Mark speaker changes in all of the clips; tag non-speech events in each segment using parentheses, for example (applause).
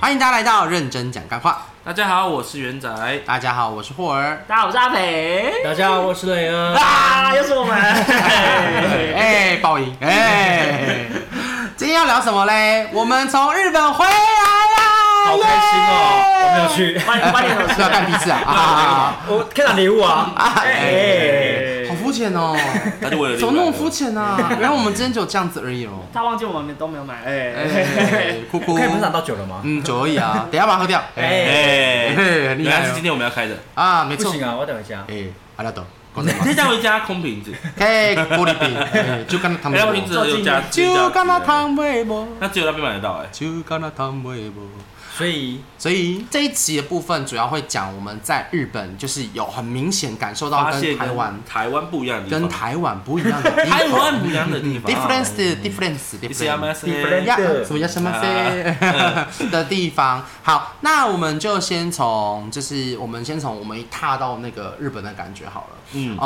Speaker 1: 欢迎大家来到认真讲干话。
Speaker 2: 大家好，我是元仔。
Speaker 1: 大家好，我是霍儿。
Speaker 3: 大家好，我是阿培。
Speaker 4: 大家好，我是磊恩。
Speaker 3: (laughs) 啊，又是 (laughs) 我们。
Speaker 1: 哎，报应！哎，今天要聊什么嘞？我们从日本回来啦！
Speaker 4: 好开心哦！我没有去，
Speaker 3: 欢迎欢迎老
Speaker 1: 是
Speaker 3: 师
Speaker 1: 要干屁事啊！啊啊啊
Speaker 4: (laughs) 我看到礼物啊！
Speaker 1: 啊！哎，
Speaker 4: 哎
Speaker 1: 好肤浅哦！
Speaker 2: 那就为了
Speaker 1: 怎么那么肤
Speaker 2: 浅？
Speaker 1: 浅啊？原来我们今天只有这样子而已哦。
Speaker 3: 他忘记我们都没有买。哎，
Speaker 1: 哎，哭哭
Speaker 4: 可以。分享到酒了吗？
Speaker 1: 嗯，酒而已啊，等一下把它喝掉。哎，
Speaker 2: 哎，
Speaker 1: 嘿很厉
Speaker 2: 原
Speaker 1: 害哦
Speaker 2: 来是今天我们要开的。
Speaker 1: 啊，没
Speaker 4: 不
Speaker 1: 错。
Speaker 4: 行啊，我等一下。
Speaker 1: 哎，阿拉豆，
Speaker 2: 再加一加空瓶子，
Speaker 1: 嘿，玻璃瓶，哎就干那汤
Speaker 2: 再加空瓶子
Speaker 1: 味，
Speaker 2: 又加，
Speaker 1: 就干那
Speaker 2: 那，
Speaker 1: 汤味不？
Speaker 2: 那只有那边买得到哎。
Speaker 1: 就干那汤味不？
Speaker 4: 所以
Speaker 1: 所以这一集的部分主要会讲我们在日本就是有很明显感受到
Speaker 2: 发
Speaker 1: 跟
Speaker 2: 现
Speaker 1: 台湾
Speaker 2: 跟台湾不一样的地方，
Speaker 1: 跟台湾不一样的地方
Speaker 2: (laughs) 台湾不一样的地方。
Speaker 1: difference 的 difference
Speaker 2: 你是啊亚
Speaker 1: difference
Speaker 2: 马逊，
Speaker 4: difference
Speaker 1: 呀什么叫什么塞 (laughs) 的地方？好，那我们就先从就是我们先从我们一踏到那个日本的感觉好了。
Speaker 2: 嗯，日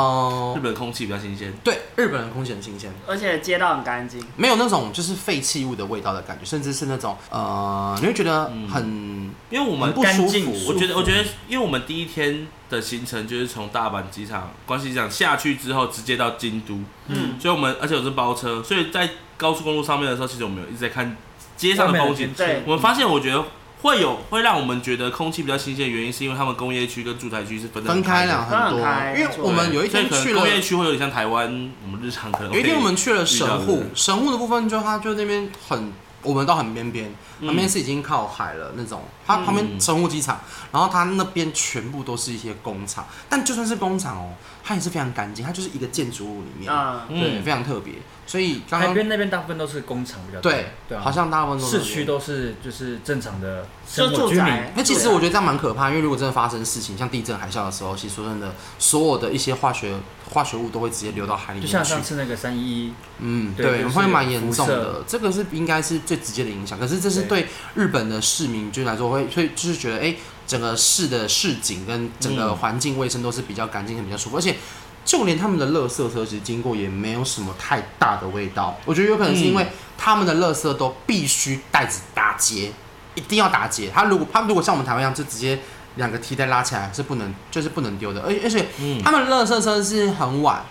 Speaker 1: 嗯，
Speaker 2: 本空气比较新鲜，
Speaker 1: 对，日本的空气很新鲜。
Speaker 3: 而且街道很干净。
Speaker 1: 没有那种就是废弃物的味道的感觉，甚至是那种呃，你会觉得很
Speaker 2: 因为我
Speaker 1: 很
Speaker 2: 们
Speaker 1: 不舒
Speaker 4: 干净
Speaker 1: 服。
Speaker 2: 我觉得，我觉得，因为我们第一天的行程就是从大阪机场、关西机场下去之后，直接到京都。
Speaker 3: 嗯，
Speaker 2: 所以我们而且我是包车，所以在高速公路上面的时候，其实我们有一直在看街上的风景。
Speaker 3: 对
Speaker 2: 我们发现，我觉得会有会让我们觉得空气比较新鲜，的原因是因为他们工业区跟住宅区是分得
Speaker 1: 分
Speaker 2: 很
Speaker 1: 开
Speaker 2: 开
Speaker 1: 了
Speaker 2: 的。
Speaker 1: 很多
Speaker 3: 分开，
Speaker 1: 因为我们
Speaker 2: 对
Speaker 1: 有一天
Speaker 2: 所以可
Speaker 1: 去
Speaker 2: 能
Speaker 1: 了
Speaker 2: 工，业区会有点像台湾，我们日常可能
Speaker 1: 有一天我们去了神
Speaker 2: 遇
Speaker 1: 户
Speaker 2: 到，的
Speaker 1: 神户的部分就它就那边很，我们到很边边，
Speaker 2: 嗯
Speaker 1: 旁边是已经靠海了那种，它旁边神户机场，然后它那边全部都是一些工厂，但就算是工厂哦，它也是非常干净，它就是一个建筑物里面，
Speaker 3: 啊，
Speaker 1: 对，
Speaker 2: 嗯
Speaker 1: 非常特别，所以刚
Speaker 4: 海
Speaker 1: 刚
Speaker 4: 边那边大部分都是工厂比较多。
Speaker 1: 对
Speaker 4: 对啊，
Speaker 1: 好像大部分都是
Speaker 4: 市区都是就是正常的
Speaker 3: 就
Speaker 4: 生活
Speaker 3: 住
Speaker 4: 居民。
Speaker 3: 宅。
Speaker 1: 那其实
Speaker 4: 啊
Speaker 1: 我觉得这样蛮可怕，因为如果真的发生事情，像地震、海啸的时候，其实说真的，所有的一些化学化学物都会直接流到海里
Speaker 4: 就
Speaker 1: 面
Speaker 4: 像
Speaker 1: 去
Speaker 4: 上。次那个三一一，
Speaker 1: 嗯，
Speaker 4: 对
Speaker 1: 对，
Speaker 4: 就是
Speaker 1: 会蛮严重
Speaker 4: 有辐
Speaker 1: 的。这个是应该是最直接的影响，可是这是对日本的市民就来说会，会就是觉得，哎、整个市的市景跟整个
Speaker 2: 嗯
Speaker 1: 环境卫生都是比较干净、比较舒服，而且就连他们的垃圾车其实经过也没有什么太大的味道。我觉得有可能是因为他们的垃圾都必须袋子打结，一定要打结。他如果他们如果像我们台湾一样，就直接两个提袋拉起来是不能，就是不能丢的。而且而且
Speaker 2: 嗯
Speaker 1: 他们垃圾车是很晚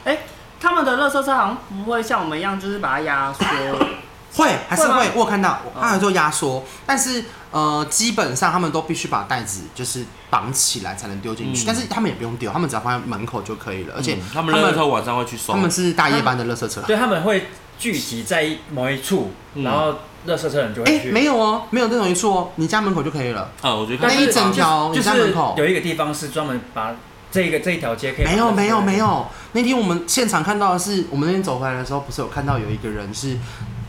Speaker 3: 他们的垃圾车好像不会像我们一样，就是把它压 (laughs) 缩。
Speaker 1: 会还是
Speaker 3: 会吗
Speaker 1: 会，我有看到，它还做压缩，但是呃，基本上他们都必须把袋子就是绑起来才能丢进去，
Speaker 2: 嗯
Speaker 1: 但是他们也不用丢，他们只要放在门口就可以了，而且
Speaker 2: 嗯他们那时候晚上会去收
Speaker 1: 他，们是大夜班的垃圾车。
Speaker 4: 对他们会聚集在某一处，
Speaker 2: 嗯
Speaker 4: 然后垃圾车人就会
Speaker 1: 哎，
Speaker 4: 去。
Speaker 1: 没有哦，没有这种一处哦，你家门口就可以了。
Speaker 2: 啊，我觉得
Speaker 1: 那
Speaker 4: 但
Speaker 2: 看
Speaker 4: 是
Speaker 1: 一整条
Speaker 4: 就
Speaker 1: 你家门
Speaker 4: 是
Speaker 1: 口
Speaker 4: 有一个地方是专门把这个这一条街可以
Speaker 1: 没有
Speaker 4: 把垃圾
Speaker 1: 没有
Speaker 4: 车
Speaker 1: 没有，那天我们现场看到的是，我们那天走回来的时候，不是有看到有一个人是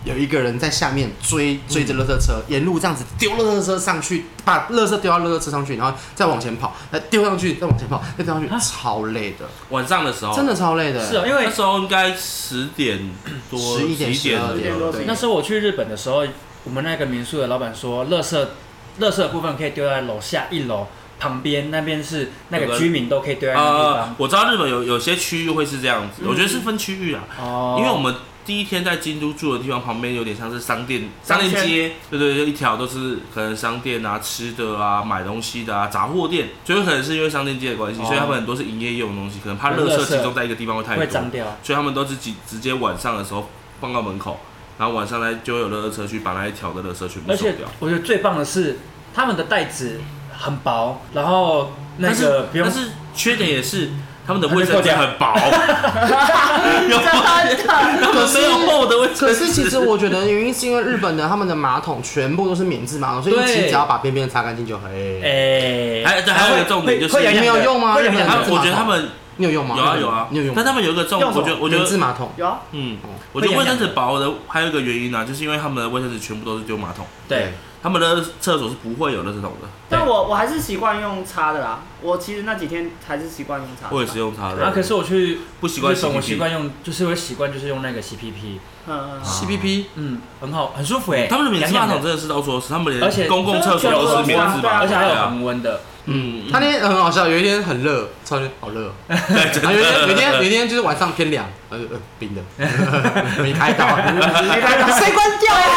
Speaker 1: 有一个人在下面追追着垃圾车，沿路这样子丢垃圾车上去，把垃圾丢到垃圾车上去，然后再往前跑，再丢上去，再往前跑，再丢上去，超累的，
Speaker 2: 晚上的时候
Speaker 1: 真的超累的。
Speaker 4: 是哦，因为
Speaker 2: 那时候应该十点多、
Speaker 1: 11点
Speaker 2: 11
Speaker 1: 12点
Speaker 3: 11点多
Speaker 1: 对
Speaker 4: 那时候我去日本的时候，我们那个民宿的老板说，垃圾，垃圾的部分可以丢在楼下一楼旁边，那边是那
Speaker 2: 有
Speaker 4: 个
Speaker 2: 个
Speaker 4: 居民都可以丢在那个地
Speaker 2: 啊
Speaker 4: 方。，
Speaker 2: 我知道日本有有些区域会是这样
Speaker 1: 嗯
Speaker 2: 子，我觉得是分区域啊，
Speaker 4: 哦，
Speaker 2: 因为我们第一天在京都住的地方旁边有点像是商店商
Speaker 3: 商
Speaker 2: 店
Speaker 3: 圈
Speaker 2: 街，对对对，一条都是可能商店啊、吃的啊、买东西的啊、杂货店，所以可能是因为商店街的关系，
Speaker 4: 哦
Speaker 2: 所以他们很多是营业用的东西，可能怕
Speaker 4: 有
Speaker 2: 垃
Speaker 4: 垃
Speaker 2: 圾
Speaker 4: 圾
Speaker 2: 集中在一个地方会太
Speaker 4: 会
Speaker 2: 多
Speaker 4: 脏，掉。
Speaker 2: 所以他们都是直直接晚上的时候放到门口，然后晚上呢就会有垃圾车去把那一条的垃圾全部
Speaker 4: 而
Speaker 2: 收
Speaker 4: 且
Speaker 2: 掉。
Speaker 4: 我觉得最棒的是，他们的袋子很薄，然后那
Speaker 2: 但
Speaker 4: 个
Speaker 2: 是
Speaker 4: 不用
Speaker 2: 但是缺点也是他们的卫生纸很薄， (laughs) 有吗？他 (laughs)
Speaker 3: 真的，
Speaker 2: 们没有厚的卫生纸。
Speaker 1: 可是其实 (laughs) 我觉得原因是因为日本的他们的马桶全部都是免治马桶，所以你
Speaker 4: 对
Speaker 1: 其实只要把边边擦干净就可以。
Speaker 4: 哎，
Speaker 2: 还对还有一个重点就是
Speaker 4: 会会痒痒
Speaker 1: 你
Speaker 4: 的
Speaker 1: 有用吗
Speaker 4: 会痒
Speaker 1: 日本
Speaker 4: 痒
Speaker 2: 他
Speaker 1: 人
Speaker 4: 的
Speaker 2: 们我觉得他们
Speaker 1: 你有用吗？
Speaker 2: 有啊有啊
Speaker 1: 你有用吗？
Speaker 2: 但他们有一个重，
Speaker 3: 用什么
Speaker 2: 我觉得我觉
Speaker 1: 免治
Speaker 2: 得，
Speaker 1: 马桶
Speaker 3: 有啊
Speaker 2: 嗯，我觉得卫生纸薄的还有一个原因呢，就是因为他们的卫生纸全部都是丢马桶，
Speaker 4: 对，
Speaker 2: 他们的厕所是不会有垃圾桶的。
Speaker 3: 但我我还是习惯用擦的啦。我其实那几天还是习惯用擦的。
Speaker 2: 我也是用它的，
Speaker 4: 啊然后可是我去
Speaker 2: 不习惯
Speaker 4: 日
Speaker 2: 洗
Speaker 4: 本，我习
Speaker 2: 屁。
Speaker 4: 惯用，就是会习惯就是用那个 CPP，
Speaker 3: 嗯。嗯，嗯
Speaker 1: CPP
Speaker 4: 嗯，很好，很舒服哎。
Speaker 2: 啊他们的免治马
Speaker 4: 痒痒
Speaker 2: 桶真的是到处都是，他们
Speaker 4: 而
Speaker 2: 连
Speaker 4: 且
Speaker 2: 公共厕所都是免治马桶，
Speaker 4: 而且还有
Speaker 2: 对啊
Speaker 4: 恒温的，
Speaker 2: 嗯，
Speaker 1: 他那天很好笑，有一天很热，超天好
Speaker 2: (laughs)
Speaker 1: 热哦，然后有一天有一天有一天就是晚上偏凉，呃呃
Speaker 2: (laughs)
Speaker 1: 冰的，没开到，谁关掉呀？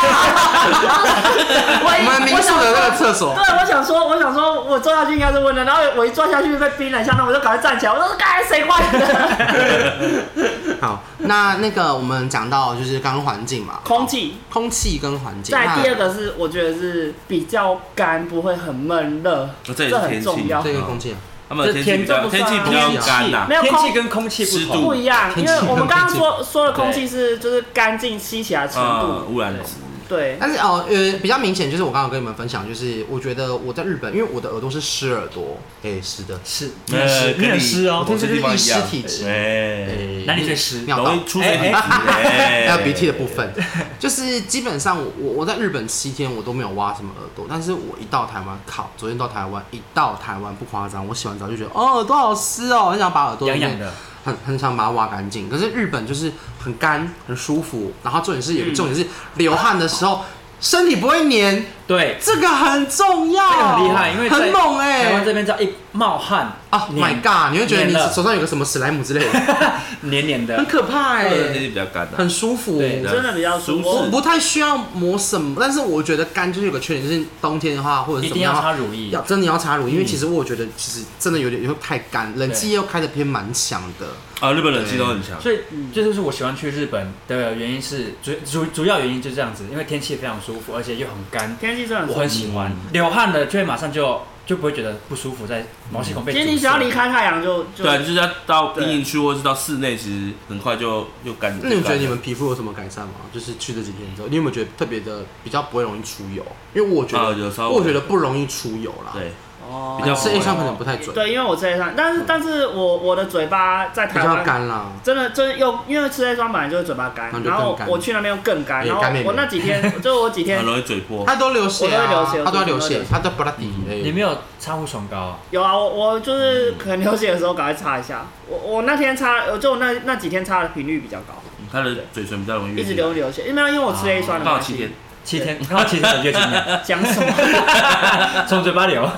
Speaker 1: 我
Speaker 3: (laughs) 我
Speaker 1: 们民宿的那个厕所，
Speaker 3: 对，我想说，我想说，我坐下去应该是温的，然后我一坐下去被冰冷下，那我就赶快站起来，我说刚才谁关的？
Speaker 1: 好，那那个我们讲到就是刚刚环境嘛，
Speaker 3: 空气。
Speaker 1: 空气跟环境，
Speaker 3: 在
Speaker 1: 那
Speaker 3: 第二个是，我觉得是比较干，不会很闷热，
Speaker 2: 哦这也是
Speaker 3: 这很
Speaker 2: 天
Speaker 3: 重
Speaker 2: 气
Speaker 3: 要
Speaker 1: 这。个空气啊，
Speaker 2: 他们的天气比较
Speaker 3: 这天
Speaker 2: 天气比
Speaker 4: 啊
Speaker 2: 较干呐、
Speaker 3: 没有
Speaker 4: 天
Speaker 3: 空
Speaker 4: 气跟空气不
Speaker 2: 湿
Speaker 4: 同
Speaker 2: 度，
Speaker 3: 不一样，因
Speaker 1: 天气
Speaker 3: 为我们刚刚说说的
Speaker 4: 对
Speaker 3: 空气是就是干净吸起来的程
Speaker 2: 呃，
Speaker 3: 度，
Speaker 2: 污染值
Speaker 3: 对，
Speaker 1: 但是哦呃比较明显就是我刚刚有跟你们分享，就是我觉得我在日本，因为我的耳朵是湿耳朵，哎是的，
Speaker 4: 是
Speaker 2: 呃
Speaker 4: 很湿，
Speaker 2: 跟
Speaker 4: 你很
Speaker 2: 你
Speaker 4: 湿
Speaker 1: 我
Speaker 4: 哦，
Speaker 1: 听说就是
Speaker 2: 地方
Speaker 1: 易
Speaker 2: 一
Speaker 1: 湿
Speaker 2: 样
Speaker 1: 体质，
Speaker 2: 哎，
Speaker 1: 哎
Speaker 4: 哪里最湿
Speaker 1: 尿道
Speaker 2: 容易出水体质，
Speaker 1: (laughs) 还有
Speaker 2: 还
Speaker 1: 鼻涕的部
Speaker 4: (laughs)
Speaker 1: 分，就是基本上我我我在日本七天我都没有挖什么耳朵，但是我一到台湾，靠，昨天到台湾，一到台湾不夸张，我洗完澡就觉得哦耳朵好湿哦，很想把耳朵
Speaker 4: 痒痒的，
Speaker 1: 很很想把它挖干净。可是日本就是很干很舒服，然后重点是有个
Speaker 3: 嗯
Speaker 1: 重点是流汗的时候身体不会黏，
Speaker 4: 对，
Speaker 1: 这个很重要，
Speaker 4: 这个很厉害因为在
Speaker 1: 很猛
Speaker 4: 台
Speaker 1: 哎、
Speaker 4: 湾这边叫一冒汗
Speaker 1: 啊，My
Speaker 4: 黏
Speaker 1: God！你会觉得你
Speaker 4: 黏了
Speaker 1: 手上有个什么史莱姆之类
Speaker 4: (laughs)
Speaker 1: 的，
Speaker 4: 黏黏的
Speaker 1: 很，可怕哎、
Speaker 2: 天气比较干的、
Speaker 1: 很舒服。
Speaker 4: 对
Speaker 3: 真的比较
Speaker 2: 舒
Speaker 3: 舒服
Speaker 2: 适。
Speaker 1: 不太需要抹什么，但是我觉得干就是有个缺点，就是冬天的话或者
Speaker 4: 一
Speaker 1: 是怎
Speaker 4: 定
Speaker 1: 么样
Speaker 4: 要
Speaker 1: 的话，
Speaker 4: 擦乳液嗯
Speaker 1: 要，真的要擦乳，因为其实我觉得其实真的有点有点太干，冷气又开的偏蛮强的。
Speaker 2: 啊，日本冷气都很强，
Speaker 4: 所以这就是我喜欢去日本的原因是主主主要原因就是这样子，因为天气非常舒服，而且又很
Speaker 1: 嗯
Speaker 4: 干，
Speaker 3: 天气真的很
Speaker 4: 我
Speaker 3: 舒服
Speaker 4: 很喜欢，流汗了就会马上就就不会觉得不舒服，在毛细孔
Speaker 1: 嗯
Speaker 4: 被
Speaker 3: 其实你
Speaker 4: 阻
Speaker 3: 只
Speaker 4: 塞
Speaker 3: 要离开太阳就就
Speaker 2: 对啊，就是要到阴影区或者是到室内，其实很快就又干。
Speaker 1: 那你们觉得你们皮肤有什么改善吗？就是去这几天之后，你有没有觉得特别的比较不会容易出油？因为我觉
Speaker 2: 啊，
Speaker 1: 得、
Speaker 2: 有时候
Speaker 1: 我觉得不容易出油啦。
Speaker 2: 对，
Speaker 3: 哦
Speaker 2: 比较
Speaker 1: 吃 A 酸可能不太准，
Speaker 3: 对，因为我吃 A 酸，但是但是我我的嘴巴在
Speaker 1: 比
Speaker 3: 台
Speaker 1: 较
Speaker 3: 湾
Speaker 1: 干啦。
Speaker 3: 真的真的又因为吃 A 酸本来就是嘴巴干
Speaker 1: 那，就
Speaker 3: 然
Speaker 1: 更
Speaker 3: 后
Speaker 1: 干
Speaker 3: 我去那边又更干，
Speaker 1: 哎
Speaker 3: 然后
Speaker 1: 干妹妹
Speaker 3: 我那几天就我几天
Speaker 2: (laughs) 很容易嘴破。
Speaker 1: 他都流血
Speaker 3: 我都会
Speaker 1: 啊
Speaker 3: 流，血
Speaker 1: 他都要流
Speaker 3: 我都会
Speaker 1: 血
Speaker 3: 流，血
Speaker 1: 他都不拉底。
Speaker 4: 你没有擦护唇膏啊，
Speaker 3: 有啊，我我就是
Speaker 1: 嗯
Speaker 3: 可能流血的时候赶快擦一下，我我那天擦，我就我那那几天擦的频率比较高，
Speaker 2: 他的嘴唇比较容易
Speaker 3: 一
Speaker 2: 越
Speaker 3: 直流流血，因为因为我
Speaker 1: 哦
Speaker 3: 吃 A 酸的
Speaker 2: 到
Speaker 3: 关
Speaker 2: 七天
Speaker 3: 系，，
Speaker 4: 七天，然后七天的月经了，
Speaker 3: 讲什么？
Speaker 1: (laughs)
Speaker 4: (laughs) 从嘴巴流。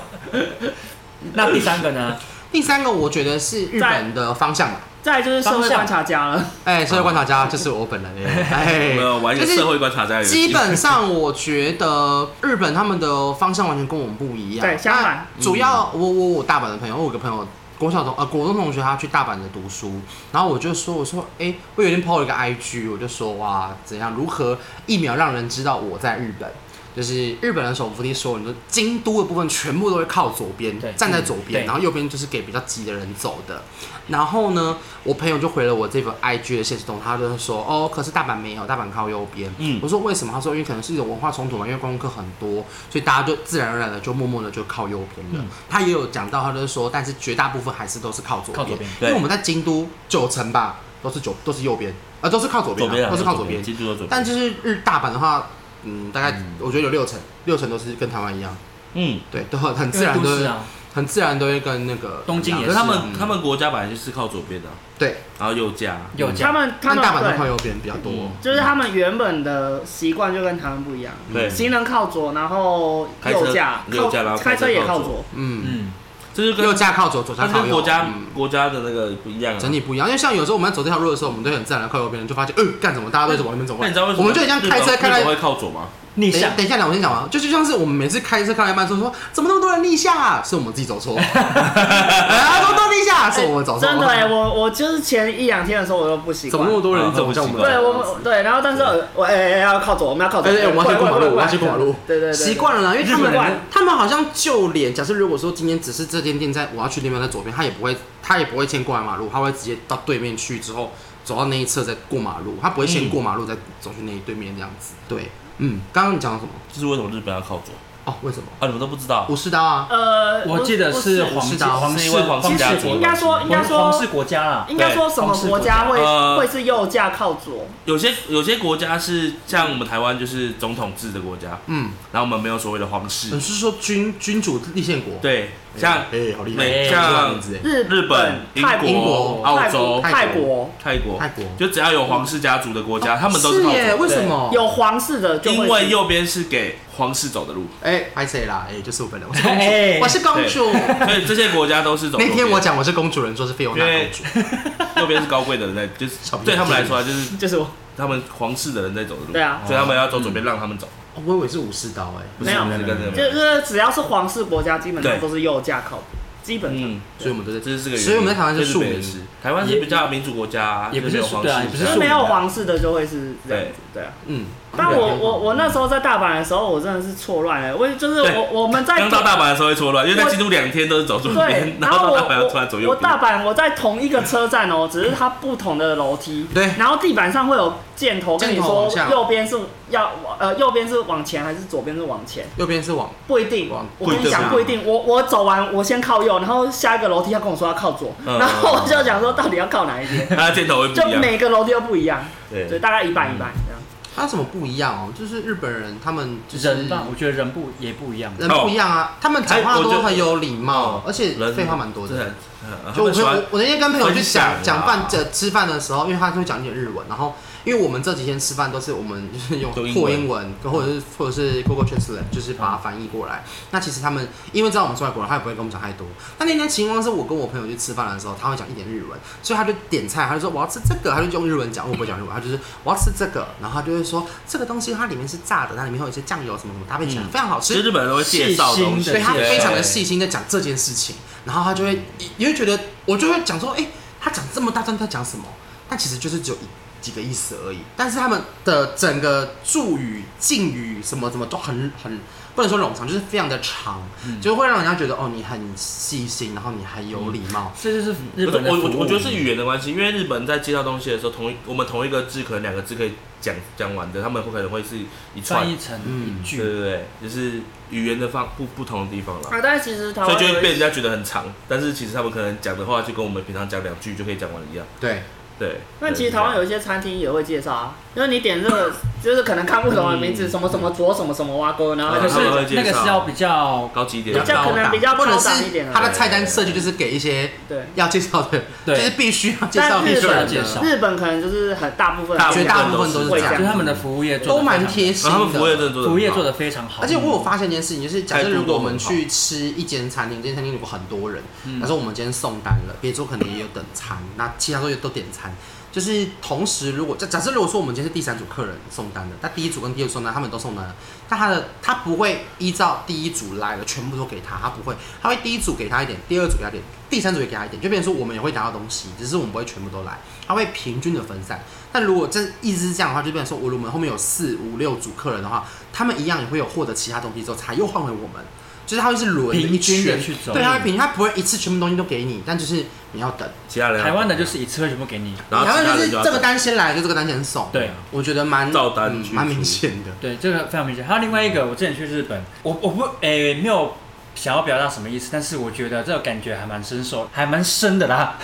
Speaker 4: 那第三个呢？
Speaker 1: 第三个我觉得是日本的方向吧，
Speaker 3: 再来就是社
Speaker 4: 方
Speaker 3: 会
Speaker 4: 向
Speaker 3: 观察家了，
Speaker 1: 哎，社会观察家就是我本人哎，
Speaker 2: (laughs) 我们有玩一个
Speaker 1: 就是
Speaker 2: 社会观察家游戏
Speaker 1: 基本上，我觉得日本他们的方向完全跟我们不一样。
Speaker 3: 对相反
Speaker 1: 那主要我我我大阪的朋友，我有个朋友。国小同呃国中同学他去大阪的读书，然后我就说我说哎、我有一天 PO 了一个 IG，我就说哇怎样如何一秒让人知道我在日本，就是日本的手扶梯所有人都京都的部分全部都会靠左边
Speaker 4: 对，
Speaker 1: 站在左边，
Speaker 4: 嗯对
Speaker 1: 然后右边就是给比较急的人走的。然后呢，我朋友就回了我这个 IG 的现实动态，他就说哦，可是大阪没有，大阪靠右边。
Speaker 2: 嗯
Speaker 1: 我说为什么？他说因为可能是一种文化冲突嘛，因为观光客很多，所以大家就自然而然的就默默的就靠右边了。他也有讲到，他就是说，但是绝大部分还是都是靠左
Speaker 4: 靠左
Speaker 1: 边
Speaker 4: 边，
Speaker 1: 因为
Speaker 2: 对
Speaker 1: 我们在京都九成吧都是九都是右边，呃都是靠左边
Speaker 2: 左
Speaker 1: 啊、
Speaker 2: 边啊
Speaker 1: 都是靠左边。
Speaker 2: 记住了左边。
Speaker 1: 但就是日大阪的话，嗯，大概
Speaker 2: 嗯
Speaker 1: 我觉得有六成，六成都是跟台湾一样，
Speaker 2: 嗯，
Speaker 1: 对，都很很
Speaker 4: 因
Speaker 1: 自
Speaker 4: 为
Speaker 1: 然
Speaker 4: 都
Speaker 1: 都嗯
Speaker 4: 市
Speaker 1: 会
Speaker 4: 啊，
Speaker 1: 很自然都会跟那个
Speaker 4: 东京
Speaker 1: 一
Speaker 4: 也
Speaker 1: 样
Speaker 2: 可是他啊们
Speaker 1: 嗯
Speaker 2: 他们国家本来就是靠左边的啊，
Speaker 1: 对，
Speaker 2: 然后右加
Speaker 4: 右
Speaker 3: 他
Speaker 4: 加
Speaker 3: 们
Speaker 1: 但
Speaker 3: 他们
Speaker 1: 大阪都靠
Speaker 3: 对，
Speaker 1: 右边比较多。
Speaker 2: 嗯
Speaker 3: 就是他们原本的习惯就跟台湾不一样，
Speaker 1: 嗯
Speaker 2: 对，
Speaker 3: 行人靠左，然后
Speaker 2: 开车
Speaker 3: 右驾，
Speaker 2: 右驾然
Speaker 3: 靠
Speaker 2: 后
Speaker 3: 开车也
Speaker 2: 开车靠
Speaker 3: 靠
Speaker 2: 左
Speaker 3: 左，
Speaker 1: 嗯，
Speaker 4: 嗯，
Speaker 2: 这就
Speaker 1: 右
Speaker 2: 跟
Speaker 1: 架靠左，左架
Speaker 2: 它
Speaker 1: 靠
Speaker 2: 跟
Speaker 1: 右。
Speaker 2: 国家
Speaker 1: 嗯
Speaker 2: 国家的那个不一样啊。
Speaker 1: 整体不一样，因为像有时候我们在走这条路的时候，我们都会很自然的靠右边，就发现，呃，干什么？大家都一直往那边走过
Speaker 2: 那
Speaker 1: 来。
Speaker 2: 你知道为什么
Speaker 1: 我们就很像开车开
Speaker 2: 日本
Speaker 1: 到
Speaker 2: 会靠左吗？
Speaker 4: 逆
Speaker 1: 等一
Speaker 4: 向
Speaker 1: 下，等一下，等我先讲完。就就像是我们每次开车开到一半，说说怎么那么多人立下、啊，是我们自己走错。啊，怎么都立下，是我们走错。
Speaker 3: 真的哎，我我就是前一两天的时候我都不习
Speaker 1: 怎么
Speaker 3: 惯
Speaker 1: 那。么多人哦走？
Speaker 2: 啊
Speaker 1: 像我们
Speaker 3: 对，我们对，然后但是我哎哎要靠左，我们要靠左，
Speaker 1: 哎哎我们要去过马路
Speaker 3: 喂喂喂
Speaker 1: 我们要去过马路
Speaker 3: 对对对，对
Speaker 1: 习。惯了啦，因为他们
Speaker 3: 日本人
Speaker 1: 他们好像就连假设如果说今天只是这间店在我要去的地方在左边，他也不会他也不会先过来马路，他会直接到对面去之后走到那一侧再过马路，他不会先过马路再走去那一对面这样子。对，嗯，刚刚你讲了什么？
Speaker 2: 这是为什么日本要靠左啊？
Speaker 1: 哦，为什么？
Speaker 2: 你们都不知道？
Speaker 1: 武士刀啊，
Speaker 3: 呃，
Speaker 4: 我记得
Speaker 3: 不
Speaker 4: 是
Speaker 3: 不
Speaker 4: 皇
Speaker 1: 是
Speaker 4: 室
Speaker 1: 的
Speaker 4: 皇
Speaker 2: 是
Speaker 4: 室
Speaker 2: 因为皇
Speaker 4: 皇
Speaker 2: 家
Speaker 4: 室
Speaker 2: 族
Speaker 4: 国
Speaker 3: 应该说应该说
Speaker 4: 皇室国家啦，
Speaker 3: 应该说什么国家会
Speaker 2: 对呃
Speaker 3: 会是右驾靠左？
Speaker 2: 有些有些国家是像我们台湾就是总统制的国家，
Speaker 1: 嗯，
Speaker 2: 然后我们没有所谓的皇室
Speaker 1: 你，是说君君主立宪国？
Speaker 2: 对，像
Speaker 1: 哎，好厉害，
Speaker 2: 美
Speaker 1: 像
Speaker 2: 像
Speaker 1: 名字哎，
Speaker 3: 日
Speaker 2: 日本、英
Speaker 3: 嗯泰国、
Speaker 2: 国、澳
Speaker 3: 泰
Speaker 2: 洲
Speaker 3: 国、、泰国
Speaker 2: 泰国
Speaker 1: 泰，国
Speaker 2: 就只要有皇室家族的国家，他们都是
Speaker 1: 是
Speaker 2: 靠
Speaker 1: 耶，
Speaker 2: 左。
Speaker 1: 为什么？
Speaker 3: 有皇室的就会去，
Speaker 2: 因为右边是给皇室走的路，
Speaker 1: 哎，拍谁啦？哎，就是我本人，我是公
Speaker 4: 哎
Speaker 1: 主，我是公主。
Speaker 2: 所以这些国家都是走右
Speaker 1: 那
Speaker 2: 边。
Speaker 1: 天我讲我是公主人，说是菲欧娜公主，
Speaker 2: 右边是高贵的人在，就是
Speaker 1: 差不多
Speaker 2: 对他们来说啊，就是
Speaker 3: 就是我
Speaker 2: 他们皇室的人在走的路。
Speaker 3: 对啊
Speaker 2: 所以他们要走左边，让他们走。
Speaker 1: 哦我以为是武士刀哎，
Speaker 2: 不
Speaker 3: 没
Speaker 2: 是
Speaker 3: 有
Speaker 2: 我们是跟着他们
Speaker 3: 就是只要是皇室国家，基本上
Speaker 2: 对
Speaker 3: 都是右架靠谱，基本上。
Speaker 2: 嗯，
Speaker 1: 所以我们都在
Speaker 2: 这是这个原因。
Speaker 1: 所以我们在台湾是
Speaker 2: 这
Speaker 1: 庶
Speaker 2: 北
Speaker 1: 民
Speaker 2: 的事。台湾是比较民主国家啊，
Speaker 4: 也不是
Speaker 2: 就没有皇
Speaker 4: 对啊
Speaker 2: 室，
Speaker 4: 也不
Speaker 3: 就是是没有皇室的就会是这样子，对啊。
Speaker 1: 嗯，
Speaker 3: 但我我我那时候在大阪的时候，我真的是错乱了。我就是
Speaker 2: 对
Speaker 3: 我我们在
Speaker 2: 刚到大阪的时候会错乱，因为在京都两天都是走左
Speaker 3: 啊对
Speaker 2: 边，，
Speaker 3: (laughs) 然
Speaker 2: 后
Speaker 3: 后
Speaker 2: 到
Speaker 3: 我
Speaker 2: 大阪要突然走
Speaker 3: 我
Speaker 2: 右
Speaker 3: 我
Speaker 2: 边。
Speaker 3: 大阪我在同一个车站哦，只是它不同的楼
Speaker 2: (laughs)
Speaker 3: 梯，
Speaker 1: 对
Speaker 3: 然后地板上会有箭头跟你
Speaker 1: 箭头
Speaker 3: 说
Speaker 1: 往下
Speaker 3: 右边是要往呃右边是往前还是左边是往前，
Speaker 1: 右边是往
Speaker 3: 不一定
Speaker 1: 往。
Speaker 3: 我跟
Speaker 2: 不
Speaker 3: 你
Speaker 2: 一定啊
Speaker 3: 讲不一定，我我走完我先靠右，然后下一个楼梯他跟我说要靠左，
Speaker 2: 嗯
Speaker 3: 然后我就想说到底要靠哪一边，
Speaker 2: 他的箭 (laughs) 头会不
Speaker 3: 就
Speaker 2: 一样。
Speaker 3: 每个楼梯都不一样，对，
Speaker 2: 对，嗯
Speaker 3: 大概一半一半这样。
Speaker 1: 它有什么不一样哦？就是日本人他们就是
Speaker 4: 人吧，我觉得人不也不一样。
Speaker 1: 人不一样啊，他们讲话
Speaker 2: 哎
Speaker 1: 都很有礼貌
Speaker 2: 哦，
Speaker 1: 而且
Speaker 2: 人
Speaker 1: 废话蛮多
Speaker 2: 真
Speaker 1: 的。
Speaker 2: 很，嗯他
Speaker 1: 就我
Speaker 2: 们喜
Speaker 1: 朋
Speaker 2: 欢
Speaker 1: 友，我那天跟朋友去讲
Speaker 2: 分享啊
Speaker 1: 讲饭这吃饭的时候，因为他会讲一点日文，然后因为我们这几天吃饭都是我们就是 (laughs) 用
Speaker 2: 都英文嗯
Speaker 1: 破英文，或者是或者是 Google Translate，就是把它翻译过来。那其实他们因为知道我们是外国人，他也不会跟我们讲太多。那那天情况是我跟我朋友去吃饭的时候，他会讲一点日文，所以他就点菜，他就说我要吃这个，他就用日文讲，我不会讲日文，他就是我要吃这个，然后他就会说这个东西它里面是炸的，它里面会有一些酱油什么什么搭配起来，
Speaker 2: 嗯
Speaker 1: 非常好
Speaker 2: 其实
Speaker 1: 吃。
Speaker 2: 日本人都会介绍东西，
Speaker 4: 细
Speaker 1: 所以
Speaker 4: 心
Speaker 1: 他
Speaker 4: 的
Speaker 1: 非常的
Speaker 2: 对
Speaker 1: 细心的讲这件事情，然后他就会，你会觉得我就会讲说，哎、他讲这么大段在讲什么？但其实就是只有一几个意思而已。但是他们的整个助语、敬语什么什么都很很不能说冗长，就是非常的长，就会让人家觉得哦，你很细心，然后你还有礼貌。
Speaker 4: 这就是日
Speaker 2: 不是
Speaker 4: 本的
Speaker 2: 我
Speaker 4: 服
Speaker 2: 我
Speaker 4: 务
Speaker 2: 我觉得是语言的关系，因为日本在介绍东西的时候，同一我们同一个字可能两个字可以讲讲完的，他们会可能会是一串
Speaker 4: 翻译，成
Speaker 1: 嗯
Speaker 4: 一
Speaker 2: 对
Speaker 4: 句，
Speaker 2: 对对，就是语言的方不不同的地方啦，
Speaker 3: 啊，但是其实台
Speaker 2: 所
Speaker 3: 湾
Speaker 2: 以就会
Speaker 3: 有一
Speaker 2: 被人家觉得很长，但是其实他们可能讲的话就跟我们平常讲两句就可以讲完一样，
Speaker 1: 对，
Speaker 2: 对。
Speaker 3: 那其实台湾有一些餐厅也会介绍啊，因为你点这个，就是可能看不懂的名字，
Speaker 2: 嗯
Speaker 3: 什么什么左什么什么挖沟，然后
Speaker 2: 啊
Speaker 3: 它
Speaker 4: 可
Speaker 3: 就是
Speaker 2: 他们会介绍
Speaker 4: 那个是要比较
Speaker 2: 高级一点
Speaker 3: 比
Speaker 2: 的，
Speaker 3: 较可能比较
Speaker 1: 或
Speaker 3: 高
Speaker 1: 者
Speaker 3: 档一
Speaker 1: 是
Speaker 3: 点啊
Speaker 1: 他的菜单设计就是给一些
Speaker 3: 对。
Speaker 1: 要介绍的， (laughs) 就
Speaker 4: 对
Speaker 1: 是必须要介绍
Speaker 3: 但日
Speaker 1: 必须
Speaker 3: 本
Speaker 1: 要
Speaker 4: 必须
Speaker 1: 介
Speaker 4: 要介
Speaker 1: 绍
Speaker 4: 绍，
Speaker 3: 日本可能就是很大部分
Speaker 2: 大
Speaker 1: 绝大部分都是这
Speaker 3: 会这
Speaker 1: 样
Speaker 3: 样
Speaker 4: 就是他们的服务业做得
Speaker 1: 都蛮
Speaker 4: 非常
Speaker 1: 贴心
Speaker 2: 然
Speaker 1: 的。
Speaker 2: 后他们服务业真的做得很好
Speaker 4: 服务业做的非常好，
Speaker 1: 而且我有发现一件事情，就是假
Speaker 2: 态
Speaker 1: 设
Speaker 2: 度
Speaker 1: 如果我
Speaker 2: 都
Speaker 1: 们
Speaker 2: 很好
Speaker 1: 去吃一间餐厅，这间餐厅如果很多人，假设我们今天送单了，别桌可能也有等餐，那其他桌也都点餐。就是同时，如果假假设如果说我们今天是第三组客人送单的，那第一组跟第二组送单他们都送单了，但他的他不会依照第一组来了全部都给他，他不会，他会第一组给他一点，第二组给他一点，第三组也给他一点，就变成说我们也会拿到东西，只是我们不会全部都来，他会平均的分散。但如果这一直是这样的话，就变成说我如果我们后面有四五六组客人的话，他们一样也会有获得其他东西之后才又换回我们，就是他会是轮着一
Speaker 4: 平均
Speaker 1: 圈
Speaker 4: 的去走
Speaker 1: 对，他会平均，他不会一次全部东西都给你，但就是你要等。
Speaker 2: 其他人
Speaker 4: 台湾的就是一次会全部给你，
Speaker 2: 然后
Speaker 1: 然
Speaker 2: 其他
Speaker 1: 后就
Speaker 2: 人
Speaker 1: 是
Speaker 2: 就要
Speaker 1: 这个单先来，就这个单先送。
Speaker 4: 对，
Speaker 1: 我觉得蛮
Speaker 2: 照单
Speaker 1: 嗯
Speaker 2: 去
Speaker 1: 蛮
Speaker 2: 付
Speaker 1: 明显的。
Speaker 4: 对，这个非常明显。还有另外一个，我之前去日本，我我不诶、没有想要表达什么意思，但是我觉得这个感觉还蛮深受，还蛮深的啦，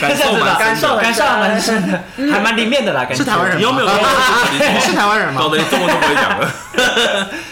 Speaker 2: 感受蛮
Speaker 4: (laughs)
Speaker 2: 深
Speaker 4: 感受
Speaker 2: 的
Speaker 4: 感受还蛮深的，还蛮里面的啦，感觉
Speaker 1: 是台湾人
Speaker 2: 你有没有跟我说
Speaker 1: 你是台湾人
Speaker 2: 你搞
Speaker 1: 吗？
Speaker 2: 得你中文都不会讲了？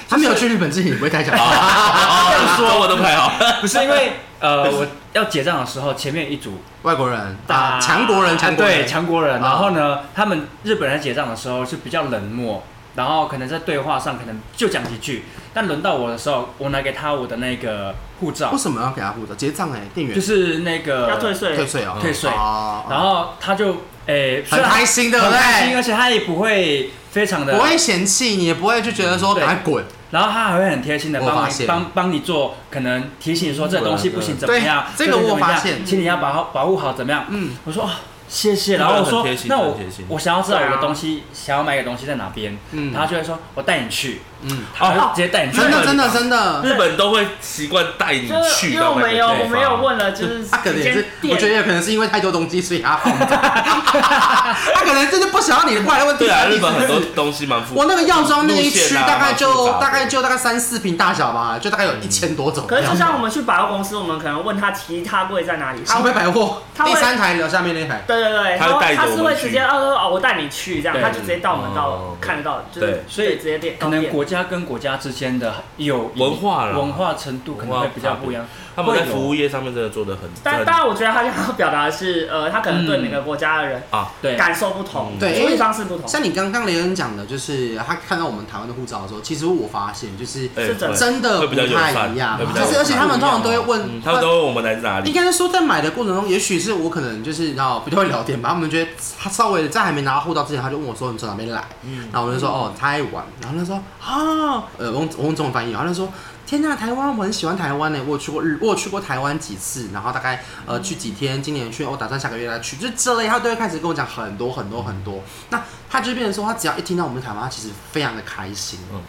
Speaker 1: 他没有去日本之前也不会开讲话。
Speaker 2: 啊这样说我都不太好。
Speaker 4: 不是因为呃，我要结账的时候，前面一组
Speaker 1: 外国人
Speaker 4: 大呃
Speaker 1: 啊，强国人，强国
Speaker 4: 对
Speaker 1: 人，
Speaker 4: 强国人，
Speaker 1: 啊
Speaker 4: 然后呢，他们日本人结账的时候是比较冷漠，然后可能在对话上可能就讲几句，但轮到我的时候，我拿给他我的那个护照
Speaker 1: 为，什么要给他护照？结账哎，店员
Speaker 4: 就是那个
Speaker 3: 要退税
Speaker 1: 退，税哦，
Speaker 4: 退税
Speaker 1: 哦
Speaker 4: 然后他就诶、虽
Speaker 1: 很
Speaker 4: 然
Speaker 1: 开心，对不
Speaker 4: 很开心，
Speaker 1: 对？
Speaker 4: 而且他也不会非常的
Speaker 1: 不，会嫌弃你，也不会就觉得说
Speaker 4: 对
Speaker 1: 赶快滚。
Speaker 4: 然后他还会很贴心的
Speaker 1: 我发
Speaker 4: 帮
Speaker 1: 现嗯
Speaker 4: 你帮帮你做，可能提醒你说这个东西不行怎么样，
Speaker 1: 对这个
Speaker 4: 东西怎么样
Speaker 1: 我发现
Speaker 4: 请你要保护保护好怎么样？
Speaker 1: 嗯，
Speaker 4: 我说哦，谢谢，然后我
Speaker 2: 很
Speaker 4: 说
Speaker 2: 贴心
Speaker 4: 那
Speaker 2: 很
Speaker 4: 我
Speaker 2: 贴心
Speaker 4: 我想要知道
Speaker 3: 对啊
Speaker 4: 有个东西，想要买个东西在哪边，
Speaker 1: 嗯
Speaker 4: 然后他就会说我带你去，
Speaker 1: 嗯，
Speaker 4: 他就直接带你去，
Speaker 1: 真的真的真的，
Speaker 2: 日本都会习惯带你
Speaker 3: 就是
Speaker 2: 去
Speaker 3: 因为
Speaker 2: 到
Speaker 3: 我
Speaker 2: 那个
Speaker 3: 们
Speaker 2: 地
Speaker 3: 有
Speaker 2: 方。
Speaker 3: 我们有问了，就是
Speaker 1: 他啊可能
Speaker 3: 几
Speaker 1: 也是，
Speaker 3: 间
Speaker 1: 我觉得
Speaker 3: 店，
Speaker 1: 也可能是因为太多东西，所以他放不掉他可能真的不想让你过来问第
Speaker 2: 对啊，
Speaker 1: 三
Speaker 2: 日本很多
Speaker 1: 次。
Speaker 2: 东西蛮复
Speaker 1: 我
Speaker 2: 杂。
Speaker 1: 那个药妆那一区
Speaker 2: 路线啊
Speaker 1: 大概
Speaker 2: 蛮复
Speaker 1: 就
Speaker 2: 杂的
Speaker 1: 大概就大概三四平大小吧，就大概有一千多种。
Speaker 3: 可是就像我们去百货公司，我们可能问他其他柜在哪里，他
Speaker 1: 什
Speaker 3: 会
Speaker 1: 么百货
Speaker 3: 他
Speaker 1: 第
Speaker 3: 会
Speaker 1: 三台楼下面那台，
Speaker 3: 对对对，
Speaker 2: 他
Speaker 3: 他
Speaker 2: 会带着
Speaker 3: 会他
Speaker 2: 我
Speaker 3: 是
Speaker 2: 们
Speaker 3: 会
Speaker 2: 去
Speaker 3: 直接哦哦，我带你去这样，
Speaker 4: 对
Speaker 3: 他就直接带我们
Speaker 2: 哦
Speaker 3: 到看得到，就是
Speaker 2: 对
Speaker 4: 所以
Speaker 3: 直接变
Speaker 4: 可
Speaker 3: 到
Speaker 4: 能
Speaker 3: 店
Speaker 4: 国家跟国家之间的友谊
Speaker 2: 文化啦
Speaker 4: 文化程度可能会比较不一样。
Speaker 2: 他们在服务业上面真的做的很
Speaker 3: 但
Speaker 2: 很
Speaker 3: 当然，我觉得他想要表达的是，呃，他可能对每个国家的人
Speaker 2: 啊，
Speaker 4: 对，
Speaker 3: 感受不同，
Speaker 1: 对
Speaker 3: 处理方式不
Speaker 2: 哦
Speaker 3: 同，
Speaker 1: 像你刚刚雷恩讲的，就是他看到我们台湾的护照的时候，其实我发现就是
Speaker 2: 哎
Speaker 3: 是整
Speaker 2: 对
Speaker 1: 真的
Speaker 2: 会
Speaker 1: 不
Speaker 2: 比较友
Speaker 1: 太
Speaker 2: 善
Speaker 1: 一样，
Speaker 2: 会比较
Speaker 1: 就
Speaker 2: 友
Speaker 1: 是
Speaker 2: 善
Speaker 1: 而且他们通常都会问呃
Speaker 2: 嗯，他们都问我们来自哪
Speaker 1: 应
Speaker 2: 里，
Speaker 1: 该是说，在买的过程中，也许是我可能就是然后比较会聊天吧，他们觉得他稍微在还没拿到护照之前，他就问我说你从哪边来，
Speaker 2: 嗯
Speaker 1: 然后我就说哦台湾，然后他说啊，呃我用我用中文翻译，然后他就说天呐、台湾我很喜欢台湾呢、我有去过日，我有去过台湾几次，然后大概呃去几天，今年去，哦我打算下个月再去，就这类他都会开始跟我讲很多很多很多，那他就变成说他只要一听到我们台湾，他其实非常的开心，
Speaker 2: 嗯
Speaker 1: 嗯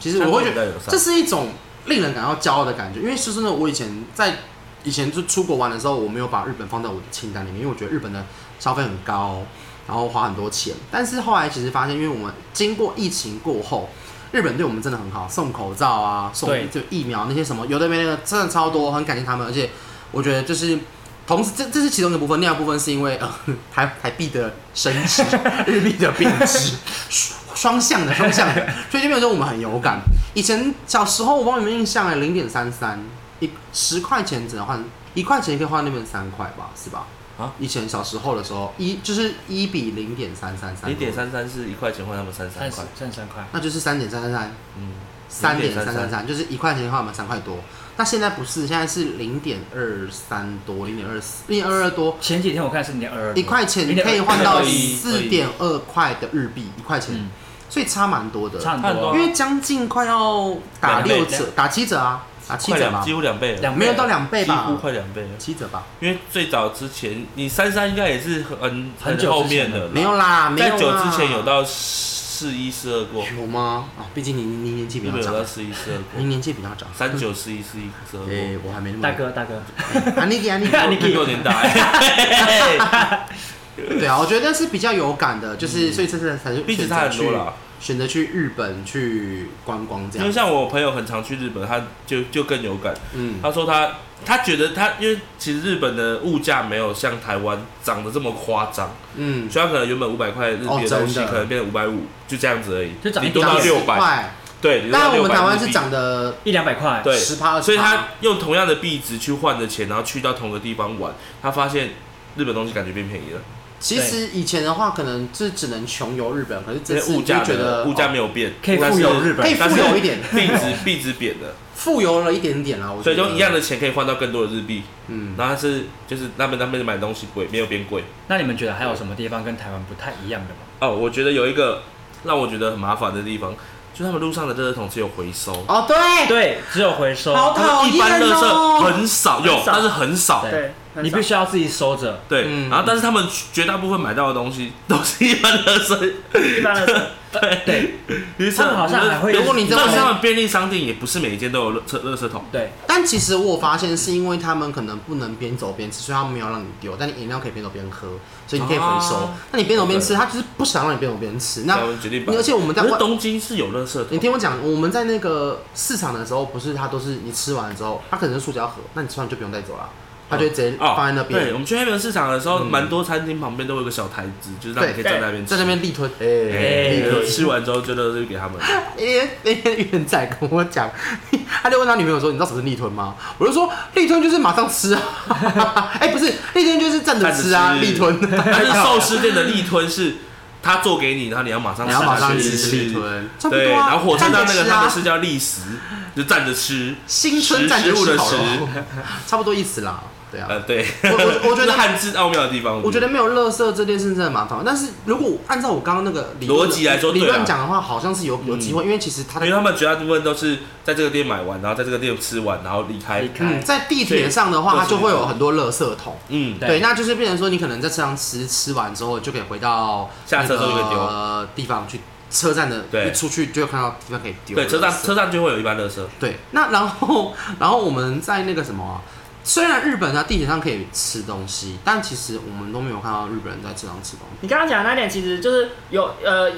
Speaker 1: 其实我会觉得
Speaker 2: 得友善
Speaker 1: 这是一种令人感到骄傲的感觉，因为说真的，我以前在以前就出国玩的时候，我没有把日本放在我的清单里面，因为我觉得日本的消费很高，然后花很多钱。但是后来其实发现，因为我们经过疫情过后，日本对我们真的很好，送口罩啊，送
Speaker 4: 对
Speaker 1: 就疫苗那些什么，有的没的，真的超多，很感谢他们。而且我觉得就是。同时，这这是其中一个部分，另外一部分是因为呃台台币的升值，日币的贬值，双双向的双向的， (laughs) 所以这边说我们很有感。以前小时候我忘了有没有印象哎，零点三三，一十块钱只能换一块钱，可以换那边三块吧，是吧？
Speaker 2: 啊，
Speaker 1: 以前小时候的时候，一就是一比零点三三三，
Speaker 2: 零点，三三是一块钱换他们三三
Speaker 4: 三十
Speaker 2: 块，
Speaker 4: 三三块，
Speaker 1: 那就是三点三三三，
Speaker 2: 嗯，
Speaker 1: 三点三三
Speaker 2: 333
Speaker 1: 三，就是一块钱的话，我们三块多。那现在不是，现在是零点二三多，零点二四，零点二二多，
Speaker 4: 前几天我看是零点二二，
Speaker 1: 一块钱可以换到
Speaker 2: 1.21
Speaker 1: 四点二块的日币，一块钱
Speaker 4: 嗯，
Speaker 1: 所以差蛮多的，
Speaker 4: 差很多
Speaker 1: 因
Speaker 4: 啊，
Speaker 1: 为将近快要打
Speaker 2: 两倍
Speaker 1: 六折，打七折啊，打七
Speaker 2: 快
Speaker 1: 折吧
Speaker 2: 两几，乎两倍了，
Speaker 4: 两倍
Speaker 1: 没有到两倍
Speaker 2: 几
Speaker 1: 吧
Speaker 2: 乎，快两倍了。
Speaker 1: 七折吧，
Speaker 2: 因为最早之前，你三三应该也是很
Speaker 4: 很久
Speaker 2: 后
Speaker 4: 之前
Speaker 2: 面的
Speaker 4: 了
Speaker 2: 啦，
Speaker 1: 没有啦，没有
Speaker 2: 在
Speaker 1: 啦
Speaker 2: 久之前有到四一四二过，
Speaker 1: 有吗？啊，毕竟您您年纪比较
Speaker 2: 日本有到
Speaker 1: 长，
Speaker 2: 四一四二过
Speaker 1: 您，年纪比较长，
Speaker 2: 三九四一四一四二
Speaker 1: 哎、
Speaker 2: 过，
Speaker 1: 我还没那么
Speaker 4: 大，哥大哥，
Speaker 1: (laughs) 啊，你给啊
Speaker 2: (laughs)
Speaker 1: 你给，
Speaker 4: 你
Speaker 2: 比我年大。欸
Speaker 1: 对啊，我觉得是比较有感的，就是、所以这次才是
Speaker 2: 壁纸
Speaker 1: 选
Speaker 2: 嗯差
Speaker 1: 择
Speaker 2: 很多
Speaker 1: 去
Speaker 2: 啦，啊
Speaker 1: 选择去日本去观光这
Speaker 2: 因
Speaker 1: 样。
Speaker 2: 为像我朋友很常去日本，他就就更有感。
Speaker 1: 嗯，
Speaker 2: 他说他他觉得他因为其实日本的物价没有像台湾涨得这么夸张，
Speaker 1: 嗯，
Speaker 2: 虽然可能原本五百块日币
Speaker 1: 哦
Speaker 2: 的东西
Speaker 1: 真的
Speaker 2: 可能变成五百五，就这样子而已，
Speaker 4: 就涨一
Speaker 2: 顶多到
Speaker 1: 涨
Speaker 2: 六
Speaker 1: 10
Speaker 2: 百，
Speaker 1: 块，
Speaker 2: 对，顶多
Speaker 1: 当
Speaker 2: 到
Speaker 1: 然我
Speaker 2: 六
Speaker 1: 们
Speaker 2: 百。
Speaker 1: 台湾是涨的
Speaker 4: 一两百块，
Speaker 2: 对
Speaker 1: 十趴，
Speaker 2: 所以他用同样的币值去换的钱，然后去到同个地方玩，他发现日本东西感觉变便宜了，
Speaker 1: 其实以前的话可能就只能穷游日本，可是
Speaker 2: 因
Speaker 1: 这
Speaker 2: 为
Speaker 1: 次
Speaker 2: 物
Speaker 1: 你就
Speaker 2: 价
Speaker 1: 觉
Speaker 2: 没有
Speaker 1: 得
Speaker 2: 物价
Speaker 1: 哦
Speaker 2: 没有变，
Speaker 4: 可以
Speaker 2: 但
Speaker 4: 富
Speaker 2: 是
Speaker 4: 有日
Speaker 1: 可以
Speaker 4: 本，
Speaker 2: 但
Speaker 1: 富
Speaker 2: 是
Speaker 1: 有一点，
Speaker 2: 币值币值贬了，
Speaker 1: 富有了一点点啦，我觉
Speaker 2: 所以
Speaker 1: 得
Speaker 2: 用一样，的钱可以换到更多的日币，
Speaker 1: 嗯，
Speaker 2: 然后它是就是那边那边买东西贵，没有变贵。
Speaker 4: 那你们觉得还有什么地方跟台湾不太一样的吗？
Speaker 2: 哦，我觉得有一个让我觉得很麻烦的地方，就是他们路上的垃圾桶只有回收，
Speaker 1: 哦对，
Speaker 4: 对，只有回收，
Speaker 1: 好讨厌哦
Speaker 2: 一般垃圾很少有，但是很少。
Speaker 3: 对，很
Speaker 4: 你
Speaker 3: 少
Speaker 4: 必须要自己收着。
Speaker 2: 对，
Speaker 1: 嗯
Speaker 2: 然后但是他们绝大部分买到的东西都是一般
Speaker 1: (laughs)
Speaker 2: 垃圾，
Speaker 3: 一般的，
Speaker 4: 对
Speaker 2: 于是
Speaker 4: 他们好像还会
Speaker 1: 如果你
Speaker 2: 但
Speaker 1: 真
Speaker 2: 是
Speaker 1: 的
Speaker 2: 他们便利商店也不是每一间都有垃圾垃圾桶，
Speaker 4: 对，
Speaker 1: 但其实我发现是因为他们可能不能边走边吃，所以他们没有让你丢，但你饮料可以边走边喝，所以你可以回收
Speaker 2: 啊。
Speaker 1: 那你边走边吃，
Speaker 2: 对
Speaker 1: 他就是不想让你边走边吃。那
Speaker 2: 那我们决定吧。
Speaker 1: 而且我们在
Speaker 2: 可是
Speaker 1: 外，
Speaker 2: 东京是有垃圾
Speaker 1: 你
Speaker 2: 桶，
Speaker 1: 听我讲，我们在那个市场的时候，不是他都是你吃完之后，他可能是塑胶盒，那你吃完就不用带走了，他就会直接
Speaker 2: 哦
Speaker 1: 放在那
Speaker 2: 对，
Speaker 1: 边，
Speaker 2: 我们去黑门市场的时候，
Speaker 1: 嗯
Speaker 2: 蛮多餐厅旁边都有一个小台子，就是让你可以
Speaker 3: 对
Speaker 2: 站在那边吃
Speaker 1: 在那。边力推。
Speaker 2: 哎
Speaker 1: 哎，立
Speaker 2: 对
Speaker 1: 推
Speaker 2: 吃完之后就垃圾给他
Speaker 1: (laughs)
Speaker 2: 们。
Speaker 1: 那天那天元仔跟我讲，他就问他女朋友说：“你知道什么是立吞吗？”我就说：“立吞就是马上吃啊， (laughs) 哎、不是立吞就是站着吃啊，
Speaker 2: 站着吃
Speaker 1: 立
Speaker 2: (laughs)
Speaker 1: 吞。” (laughs)
Speaker 2: 但是寿司店的立吞是他做给你，然后你要马上
Speaker 1: 你要马上
Speaker 2: 吃
Speaker 1: 吃立吞，差不多
Speaker 2: 对，
Speaker 1: 啊。
Speaker 2: 然后火车
Speaker 1: 站着
Speaker 2: 站那个
Speaker 1: 吃
Speaker 2: 他
Speaker 1: 啊
Speaker 2: 们是叫立食，就站着吃，
Speaker 1: 新春站着
Speaker 2: 食物的
Speaker 1: 吃烤
Speaker 2: 食
Speaker 1: 肉， (laughs) 差不多意思啦。对啊，
Speaker 2: (laughs) 呃，对，
Speaker 1: 我我我
Speaker 2: (laughs)
Speaker 1: 觉
Speaker 2: 这是
Speaker 1: 得
Speaker 2: 汉字奥妙的地方，
Speaker 1: 我觉得没有垃圾这件事真的蛮烦，但是如果按照我刚刚那个理论
Speaker 2: 逻辑来说
Speaker 1: 理
Speaker 2: 对啊嗯
Speaker 1: 论讲的话，好像是有有机会，因为其实他
Speaker 2: 因为他们绝大部分都是在这个店买完，然后在这个店吃完，然后离开
Speaker 4: 离。开
Speaker 1: 嗯，在地铁上的话，
Speaker 2: 对
Speaker 1: 它就会有很多垃圾桶。
Speaker 2: 嗯，
Speaker 4: 对
Speaker 1: 对，那就是变成说，你可能在车上吃，吃完之后就可以回到
Speaker 2: 下车之后就可以丢
Speaker 1: 呃地方去，车站的
Speaker 2: 对
Speaker 1: 一出去就会看到地方可以丢。
Speaker 2: 对，车站
Speaker 1: 垃圾
Speaker 2: 车站就会有一般垃圾，
Speaker 1: 对，那然后然后我们在那个什么啊、虽然日本啊地铁上可以吃东西，但其实我们都没有看到日本人在车上吃东西。
Speaker 3: 你刚刚讲的那点其实就是有呃，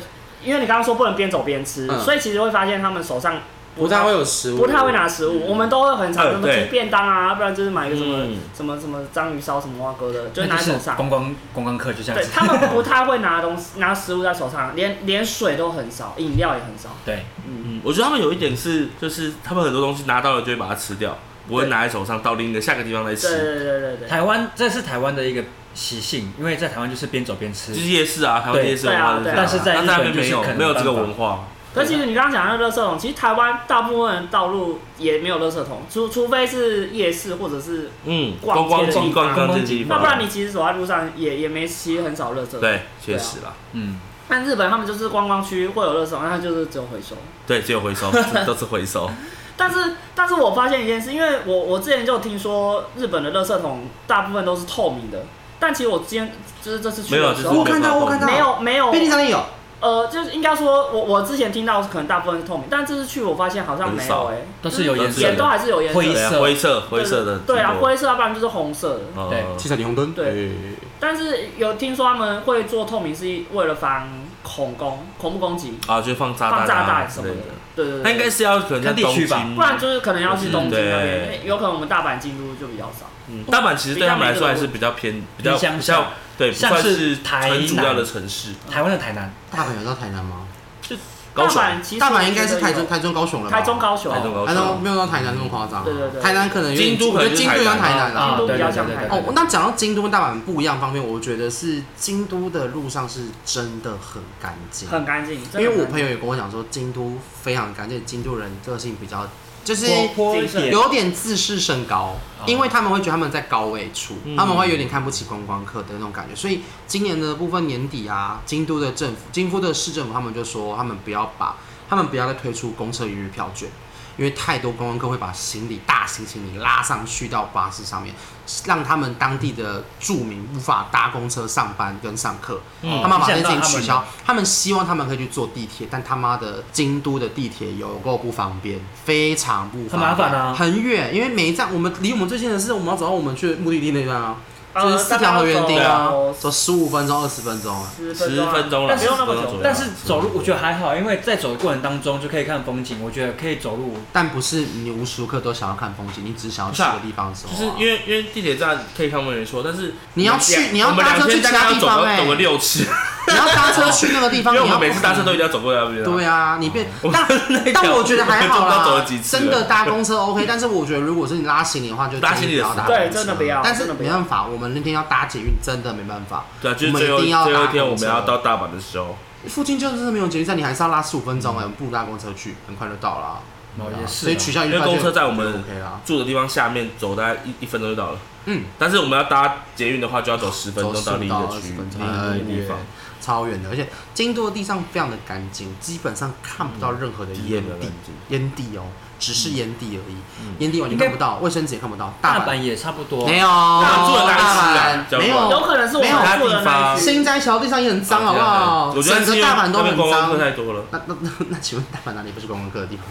Speaker 3: 因为你刚刚说不能边走边吃，
Speaker 1: 嗯
Speaker 3: 所以其实会发现他们手上
Speaker 1: 不太会有食物，
Speaker 3: 不太会拿食物，我们都会很常
Speaker 2: 呃
Speaker 3: 什么
Speaker 2: 对
Speaker 3: 鸡便当啊，不然就是买一个什么
Speaker 2: 嗯
Speaker 3: 什么什么章鱼烧什么蛙啊哥的，就
Speaker 4: 那
Speaker 3: 拿
Speaker 4: 就
Speaker 3: 在手
Speaker 4: 是
Speaker 3: 上。
Speaker 4: 观光观光客就这样
Speaker 3: 对
Speaker 4: 子，
Speaker 3: 他们
Speaker 4: (laughs)
Speaker 3: 不太会拿东西 (laughs) 拿食物在手上，连连水都很少，饮料也很少。
Speaker 4: 对，
Speaker 2: 嗯，我觉得他们有一点是，就是他们很多东西拿到了就会把它吃掉，不会
Speaker 3: 对
Speaker 2: 拿在手上到另一个下个地方再
Speaker 3: 对
Speaker 2: 吃。
Speaker 3: 对对对对。
Speaker 4: 台湾这是台湾的一个习性，因为在台湾就是边走边吃
Speaker 2: 就是。夜市啊，台湾
Speaker 4: 对
Speaker 2: 夜市文化是这样，
Speaker 3: 对啊对啊
Speaker 4: 但是
Speaker 2: 那
Speaker 4: 在
Speaker 2: 那
Speaker 4: 日
Speaker 2: 边
Speaker 4: 本
Speaker 2: 没
Speaker 4: 就是
Speaker 2: 有
Speaker 4: 可能
Speaker 2: 没有这个
Speaker 4: 办法
Speaker 2: 文化，
Speaker 3: 可是其实你刚刚讲的垃圾桶，其实台湾大部分道路也没有垃圾桶，除除非是夜市或者是，
Speaker 2: 嗯，
Speaker 3: 逛
Speaker 2: 观光
Speaker 3: 街的
Speaker 2: 季、
Speaker 3: 地
Speaker 2: 观
Speaker 3: 方
Speaker 2: 光这地
Speaker 3: 那
Speaker 2: 方，
Speaker 3: 不然你其实走在路上也也没，其实很少垃圾桶。。
Speaker 2: 对，确实啦，
Speaker 4: 嗯，
Speaker 3: 但日本他们就是观光区会有垃圾桶，那它就是只有回收。
Speaker 2: 对，只有回收， (laughs) 都是回收，
Speaker 3: 但是，但是我发现一件事，因为我我之前就听说日本的垃圾桶大部分都是透明的，但其实我今天就是这次去
Speaker 2: 没有啊
Speaker 3: 的
Speaker 2: 就
Speaker 3: 时
Speaker 2: 是
Speaker 3: 候，
Speaker 1: 我看到我看到
Speaker 3: 没有没有
Speaker 1: 便利商店有，
Speaker 3: 呃，就是应该说我我之前听到可能大部分是透明，但这次去我发现好像没
Speaker 2: 很
Speaker 3: 有
Speaker 2: 少
Speaker 3: 哎、
Speaker 4: 都是有颜
Speaker 2: 是有
Speaker 4: 色
Speaker 3: 也都
Speaker 4: 的，
Speaker 3: 还是有颜色
Speaker 4: 灰
Speaker 2: 对
Speaker 3: 的，
Speaker 2: 啊
Speaker 4: 色
Speaker 2: 灰色灰色的居多，
Speaker 3: 对啊，灰色，要不然就是红色的。
Speaker 2: 哦，
Speaker 4: 对
Speaker 1: 七彩霓虹灯，
Speaker 3: 对
Speaker 1: 对，
Speaker 3: 但是有听说他们会做透明，是为了防恐攻、恐怖攻击、
Speaker 2: 啊，就放炸弹啊
Speaker 3: 放炸弹什
Speaker 2: 之
Speaker 3: 么
Speaker 2: 类
Speaker 3: 的
Speaker 2: 的。。
Speaker 3: 对对对，
Speaker 2: 那应该是要可能在
Speaker 4: 看地
Speaker 2: 东
Speaker 4: 区吧
Speaker 2: 京，
Speaker 3: 不然就是可能要去东
Speaker 2: 嗯
Speaker 3: 京那
Speaker 2: 对
Speaker 3: 边，因为有可能我们大阪进入就比较少。
Speaker 2: 嗯大阪其实对他们来说还是比较偏，比较
Speaker 4: 离乡
Speaker 2: 比较
Speaker 4: 下
Speaker 2: 对，不
Speaker 4: 像
Speaker 2: 算
Speaker 4: 是
Speaker 2: 是
Speaker 4: 台
Speaker 2: 很主
Speaker 4: 南
Speaker 2: 要的城市。
Speaker 4: 台湾的台南，
Speaker 1: 大阪有到台南吗？
Speaker 2: 高
Speaker 3: 大
Speaker 2: 雄
Speaker 3: 阪其实
Speaker 1: 大阪应该是台中、
Speaker 3: 台
Speaker 1: 台中、高雄了吧？
Speaker 3: 台中、高雄
Speaker 2: 台，中高
Speaker 1: 台中
Speaker 2: 雄，
Speaker 1: 没有到台南那么夸张啊。
Speaker 3: 对对对
Speaker 1: 台南可能有点
Speaker 2: 京都可能
Speaker 1: 我觉得
Speaker 2: 就是
Speaker 1: 京都有点
Speaker 2: 台
Speaker 1: 台南
Speaker 4: 啊
Speaker 1: 啦。
Speaker 3: 都比较
Speaker 4: 对
Speaker 3: 像
Speaker 4: 对对
Speaker 3: 台
Speaker 4: 对
Speaker 3: 南
Speaker 4: 对
Speaker 1: 哦，那讲到京都跟大阪不一样方面，我觉得是京都的路上是真的很干净，
Speaker 3: 很干净。
Speaker 1: 因为我朋
Speaker 3: 友
Speaker 1: 友也跟我讲说，京都非常干净，京都人个性比较就是
Speaker 4: 活泼一
Speaker 3: 是
Speaker 4: 点，
Speaker 1: 有点自视甚高，
Speaker 4: 啊
Speaker 1: 因为他们会觉得他们在高位处，
Speaker 2: 嗯
Speaker 1: 他们会有点看不起观光客的那种感觉。所以今年的部分年底啊，京都的政府、京都的市政府，他们就说他们不要把，他们不要再推出公车一日票券，因为太多观光客会把行李、大型行李拉上去到巴士上面，让他们当地的住民无法搭公车上班跟上课。
Speaker 2: 嗯
Speaker 1: 他们把这件事情
Speaker 4: 影响到他们
Speaker 1: 取消，他们希望他们可以去坐地铁，但他妈的京都的地铁有够不方便，非常不方便，
Speaker 4: 很麻烦啊
Speaker 1: 很远，因为每一站我们离我们最近的是我们要走到我们去目的地那一站啊，就
Speaker 3: 呃
Speaker 1: 是四条河原町
Speaker 3: 大概
Speaker 1: 啊
Speaker 3: 要，走
Speaker 1: 走十五分钟、二十分钟啊。
Speaker 3: 十
Speaker 2: 十分钟了，
Speaker 3: 但不用那么
Speaker 2: 10分钟左
Speaker 3: 久
Speaker 2: 右。
Speaker 4: 但是走路我觉得还好，因为在走的过程当中就可以看风景，我觉得可以走路。
Speaker 1: 但不是你无时无刻都想要看风景，你只想要去
Speaker 2: 不是啊
Speaker 1: 个地方的时候
Speaker 2: 就
Speaker 1: 啊、
Speaker 2: 是因为因为地铁站可以看公园说，但是
Speaker 1: 你要去
Speaker 2: 我们
Speaker 1: 你要
Speaker 2: 我们
Speaker 1: 搭车
Speaker 2: 两天
Speaker 1: 去其
Speaker 2: 大概
Speaker 1: 他
Speaker 2: 要
Speaker 1: 地
Speaker 2: 走
Speaker 1: 方
Speaker 2: 个
Speaker 1: 欸
Speaker 2: 走个六次，
Speaker 1: 你要搭车去那个地
Speaker 2: 因
Speaker 1: 方，
Speaker 2: 为我
Speaker 1: 你要
Speaker 2: 们每次搭车都一定要走过那边啊。
Speaker 1: 对啊，你变
Speaker 2: (laughs) 我
Speaker 1: 但但我觉得还好
Speaker 2: 我们中间走
Speaker 1: 啦
Speaker 2: 了几，次了
Speaker 1: 真的搭公车 OK，但是我觉得如果是你拉行李的话，就
Speaker 2: 拉行李
Speaker 1: 建议
Speaker 2: 的时
Speaker 1: 不
Speaker 2: 候
Speaker 1: 要搭公车，
Speaker 3: 对真的不要
Speaker 1: 但是
Speaker 3: 真的不
Speaker 1: 没
Speaker 3: 要
Speaker 1: 办法，我们那天要搭捷运，真的没办法。
Speaker 2: 对啊，就是
Speaker 1: 我们
Speaker 2: 最后
Speaker 1: 一定要搭
Speaker 2: 最后一天我
Speaker 1: 公车
Speaker 2: 们要到大阪的时候，
Speaker 1: 附近就真的没有捷运站，你还是要拉十五分
Speaker 2: 嗯
Speaker 1: 钟哎，我们不如搭公车去，很快就到了啊。
Speaker 4: 哦，也是
Speaker 1: 所
Speaker 4: 啊。
Speaker 1: 以取消一
Speaker 2: 因
Speaker 1: 半
Speaker 2: 为
Speaker 1: 就
Speaker 2: 公车在我们
Speaker 1: 就 OK 啦。
Speaker 2: 住的地方下面走大概一一分钟就到了。
Speaker 1: 嗯，
Speaker 2: 但是我们要搭捷运的话，就要走十分钟
Speaker 1: 走
Speaker 2: 到另一个
Speaker 1: 15到
Speaker 2: 区域
Speaker 1: 20分钟
Speaker 2: 另一个地方
Speaker 1: 哎。超远的，而且京都的地上非常的干净，基本上看不到任何的烟
Speaker 2: 嗯
Speaker 1: 蒂
Speaker 2: 干，
Speaker 1: 烟蒂哦，只是烟蒂而已，烟蒂完全看不到，卫生纸也看不到，
Speaker 4: 大
Speaker 1: 阪
Speaker 4: 阪也差不多。啊
Speaker 1: 没有，
Speaker 2: 阪住的哪里是
Speaker 1: 大
Speaker 2: 啊
Speaker 1: 阪没
Speaker 3: 有
Speaker 1: 有，
Speaker 3: 可能是我
Speaker 1: 没有
Speaker 3: 们住的
Speaker 2: 他地
Speaker 3: 那一
Speaker 2: 方
Speaker 3: 区
Speaker 1: 新斋桥地上也很脏，好不好？
Speaker 2: 啊我觉得
Speaker 1: 哦整
Speaker 2: 是
Speaker 1: 个
Speaker 2: 因为
Speaker 1: 大阪都
Speaker 2: 那
Speaker 1: 很
Speaker 2: 边观光
Speaker 1: 脏。
Speaker 2: 客太多了，
Speaker 1: 那那那 (laughs) 那，请问大阪哪里不是观光客的地方？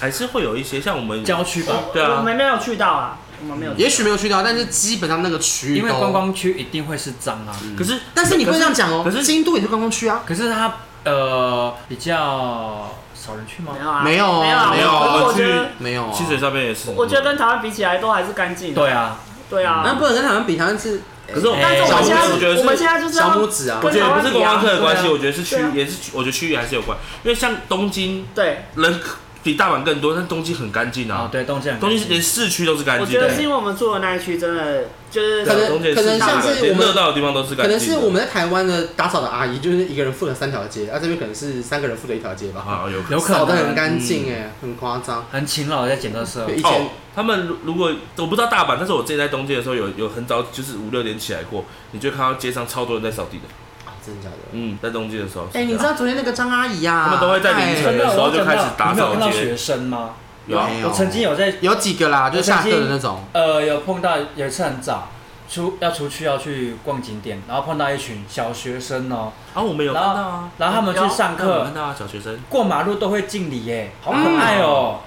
Speaker 2: 还是会有一些像我们
Speaker 4: 郊区吧，
Speaker 2: 对啊
Speaker 3: 我们没有去到啊，我们没有去到。
Speaker 1: 也许没有去到，但是基本上那个区域
Speaker 4: 因为
Speaker 1: 都
Speaker 4: 观，光区一定会是脏啊。
Speaker 2: 可是
Speaker 1: 但是你不能这样讲哦
Speaker 2: 可，是
Speaker 1: 京都也是观光区啊。
Speaker 4: 可是它呃比较少人去吗
Speaker 3: 没？有
Speaker 1: 没有
Speaker 3: 啊，没有
Speaker 1: 啊
Speaker 3: 啊，
Speaker 1: 没有
Speaker 3: 可是
Speaker 2: 我
Speaker 3: 我
Speaker 2: 去
Speaker 3: 觉得，
Speaker 1: 没有啊，
Speaker 2: 清水上面也是，
Speaker 3: 我觉得跟台湾比起来都还是干净。
Speaker 4: 对啊，
Speaker 3: 对啊，
Speaker 1: 那不能跟台湾比，台湾是
Speaker 2: 可是我
Speaker 3: 但是
Speaker 1: 嗯哎
Speaker 3: 我
Speaker 1: 小
Speaker 3: 们
Speaker 1: 拇
Speaker 3: 现
Speaker 1: 指啊
Speaker 2: 我觉得
Speaker 3: 在
Speaker 2: 是
Speaker 3: 我们现在就是
Speaker 1: 小
Speaker 3: 要
Speaker 1: 拇指啊。
Speaker 2: 我觉得
Speaker 3: 跟台湾
Speaker 2: 不是观光客的关系，
Speaker 3: 比啊
Speaker 2: 我觉得是区
Speaker 3: 对啊
Speaker 2: 也是我觉得区域还是有关，因为像东京
Speaker 3: 对，
Speaker 2: 人比大阪更多，但东京很干净
Speaker 4: 哦
Speaker 2: 啊，
Speaker 4: 对，东京很
Speaker 2: 东京是连市区都是干
Speaker 3: 我
Speaker 2: 净
Speaker 3: 觉得是
Speaker 2: 的，
Speaker 3: 因为我们住的那一区真的就是
Speaker 1: 可能
Speaker 2: 啊东京的市
Speaker 1: 可能
Speaker 2: 区
Speaker 1: 像是
Speaker 2: 连
Speaker 1: 我们
Speaker 2: 热闹的地方都是干
Speaker 1: 可能
Speaker 2: 净的，
Speaker 1: 是我们在台湾的打扫的阿姨，就是一个人负责三条街，啊这边可能是三个人负责一条街吧，
Speaker 2: 啊有可能
Speaker 4: 有可
Speaker 1: 扫的
Speaker 4: 能
Speaker 1: 很干净哎，很夸张。
Speaker 4: 很勤劳地在捡垃圾。
Speaker 1: 对以前
Speaker 2: 哦，他们如如果我不知道大阪，但是我自己在东京的时候有有很早就是五六点起来过，你就看到街上超多人在扫地的，
Speaker 1: 啊真的假的？
Speaker 2: 嗯，在东京的时候是这
Speaker 1: 哎，
Speaker 2: 样，
Speaker 1: 你知道昨天那个张阿姨啊，
Speaker 2: 他们都会在凌晨
Speaker 1: 哎
Speaker 4: 真的，
Speaker 2: 有时候
Speaker 4: 我
Speaker 2: 就
Speaker 4: 讲
Speaker 2: 开始
Speaker 4: 到
Speaker 2: 打
Speaker 4: 你没有
Speaker 2: 扫
Speaker 4: 看到
Speaker 2: 街
Speaker 4: 学生吗？
Speaker 2: 有啊
Speaker 1: 没有
Speaker 4: 我曾经有在
Speaker 1: 有几个啦，就是下课的那种。
Speaker 4: 呃，有碰到有一次很早出要出去要去逛景点，然后碰到一群小学生哦，
Speaker 2: 啊，我们有看到啊，
Speaker 4: 然后他们去上
Speaker 2: 我们
Speaker 4: 课
Speaker 2: 看，到啊，小学生，
Speaker 4: 过马路都会敬礼耶，好可爱哦，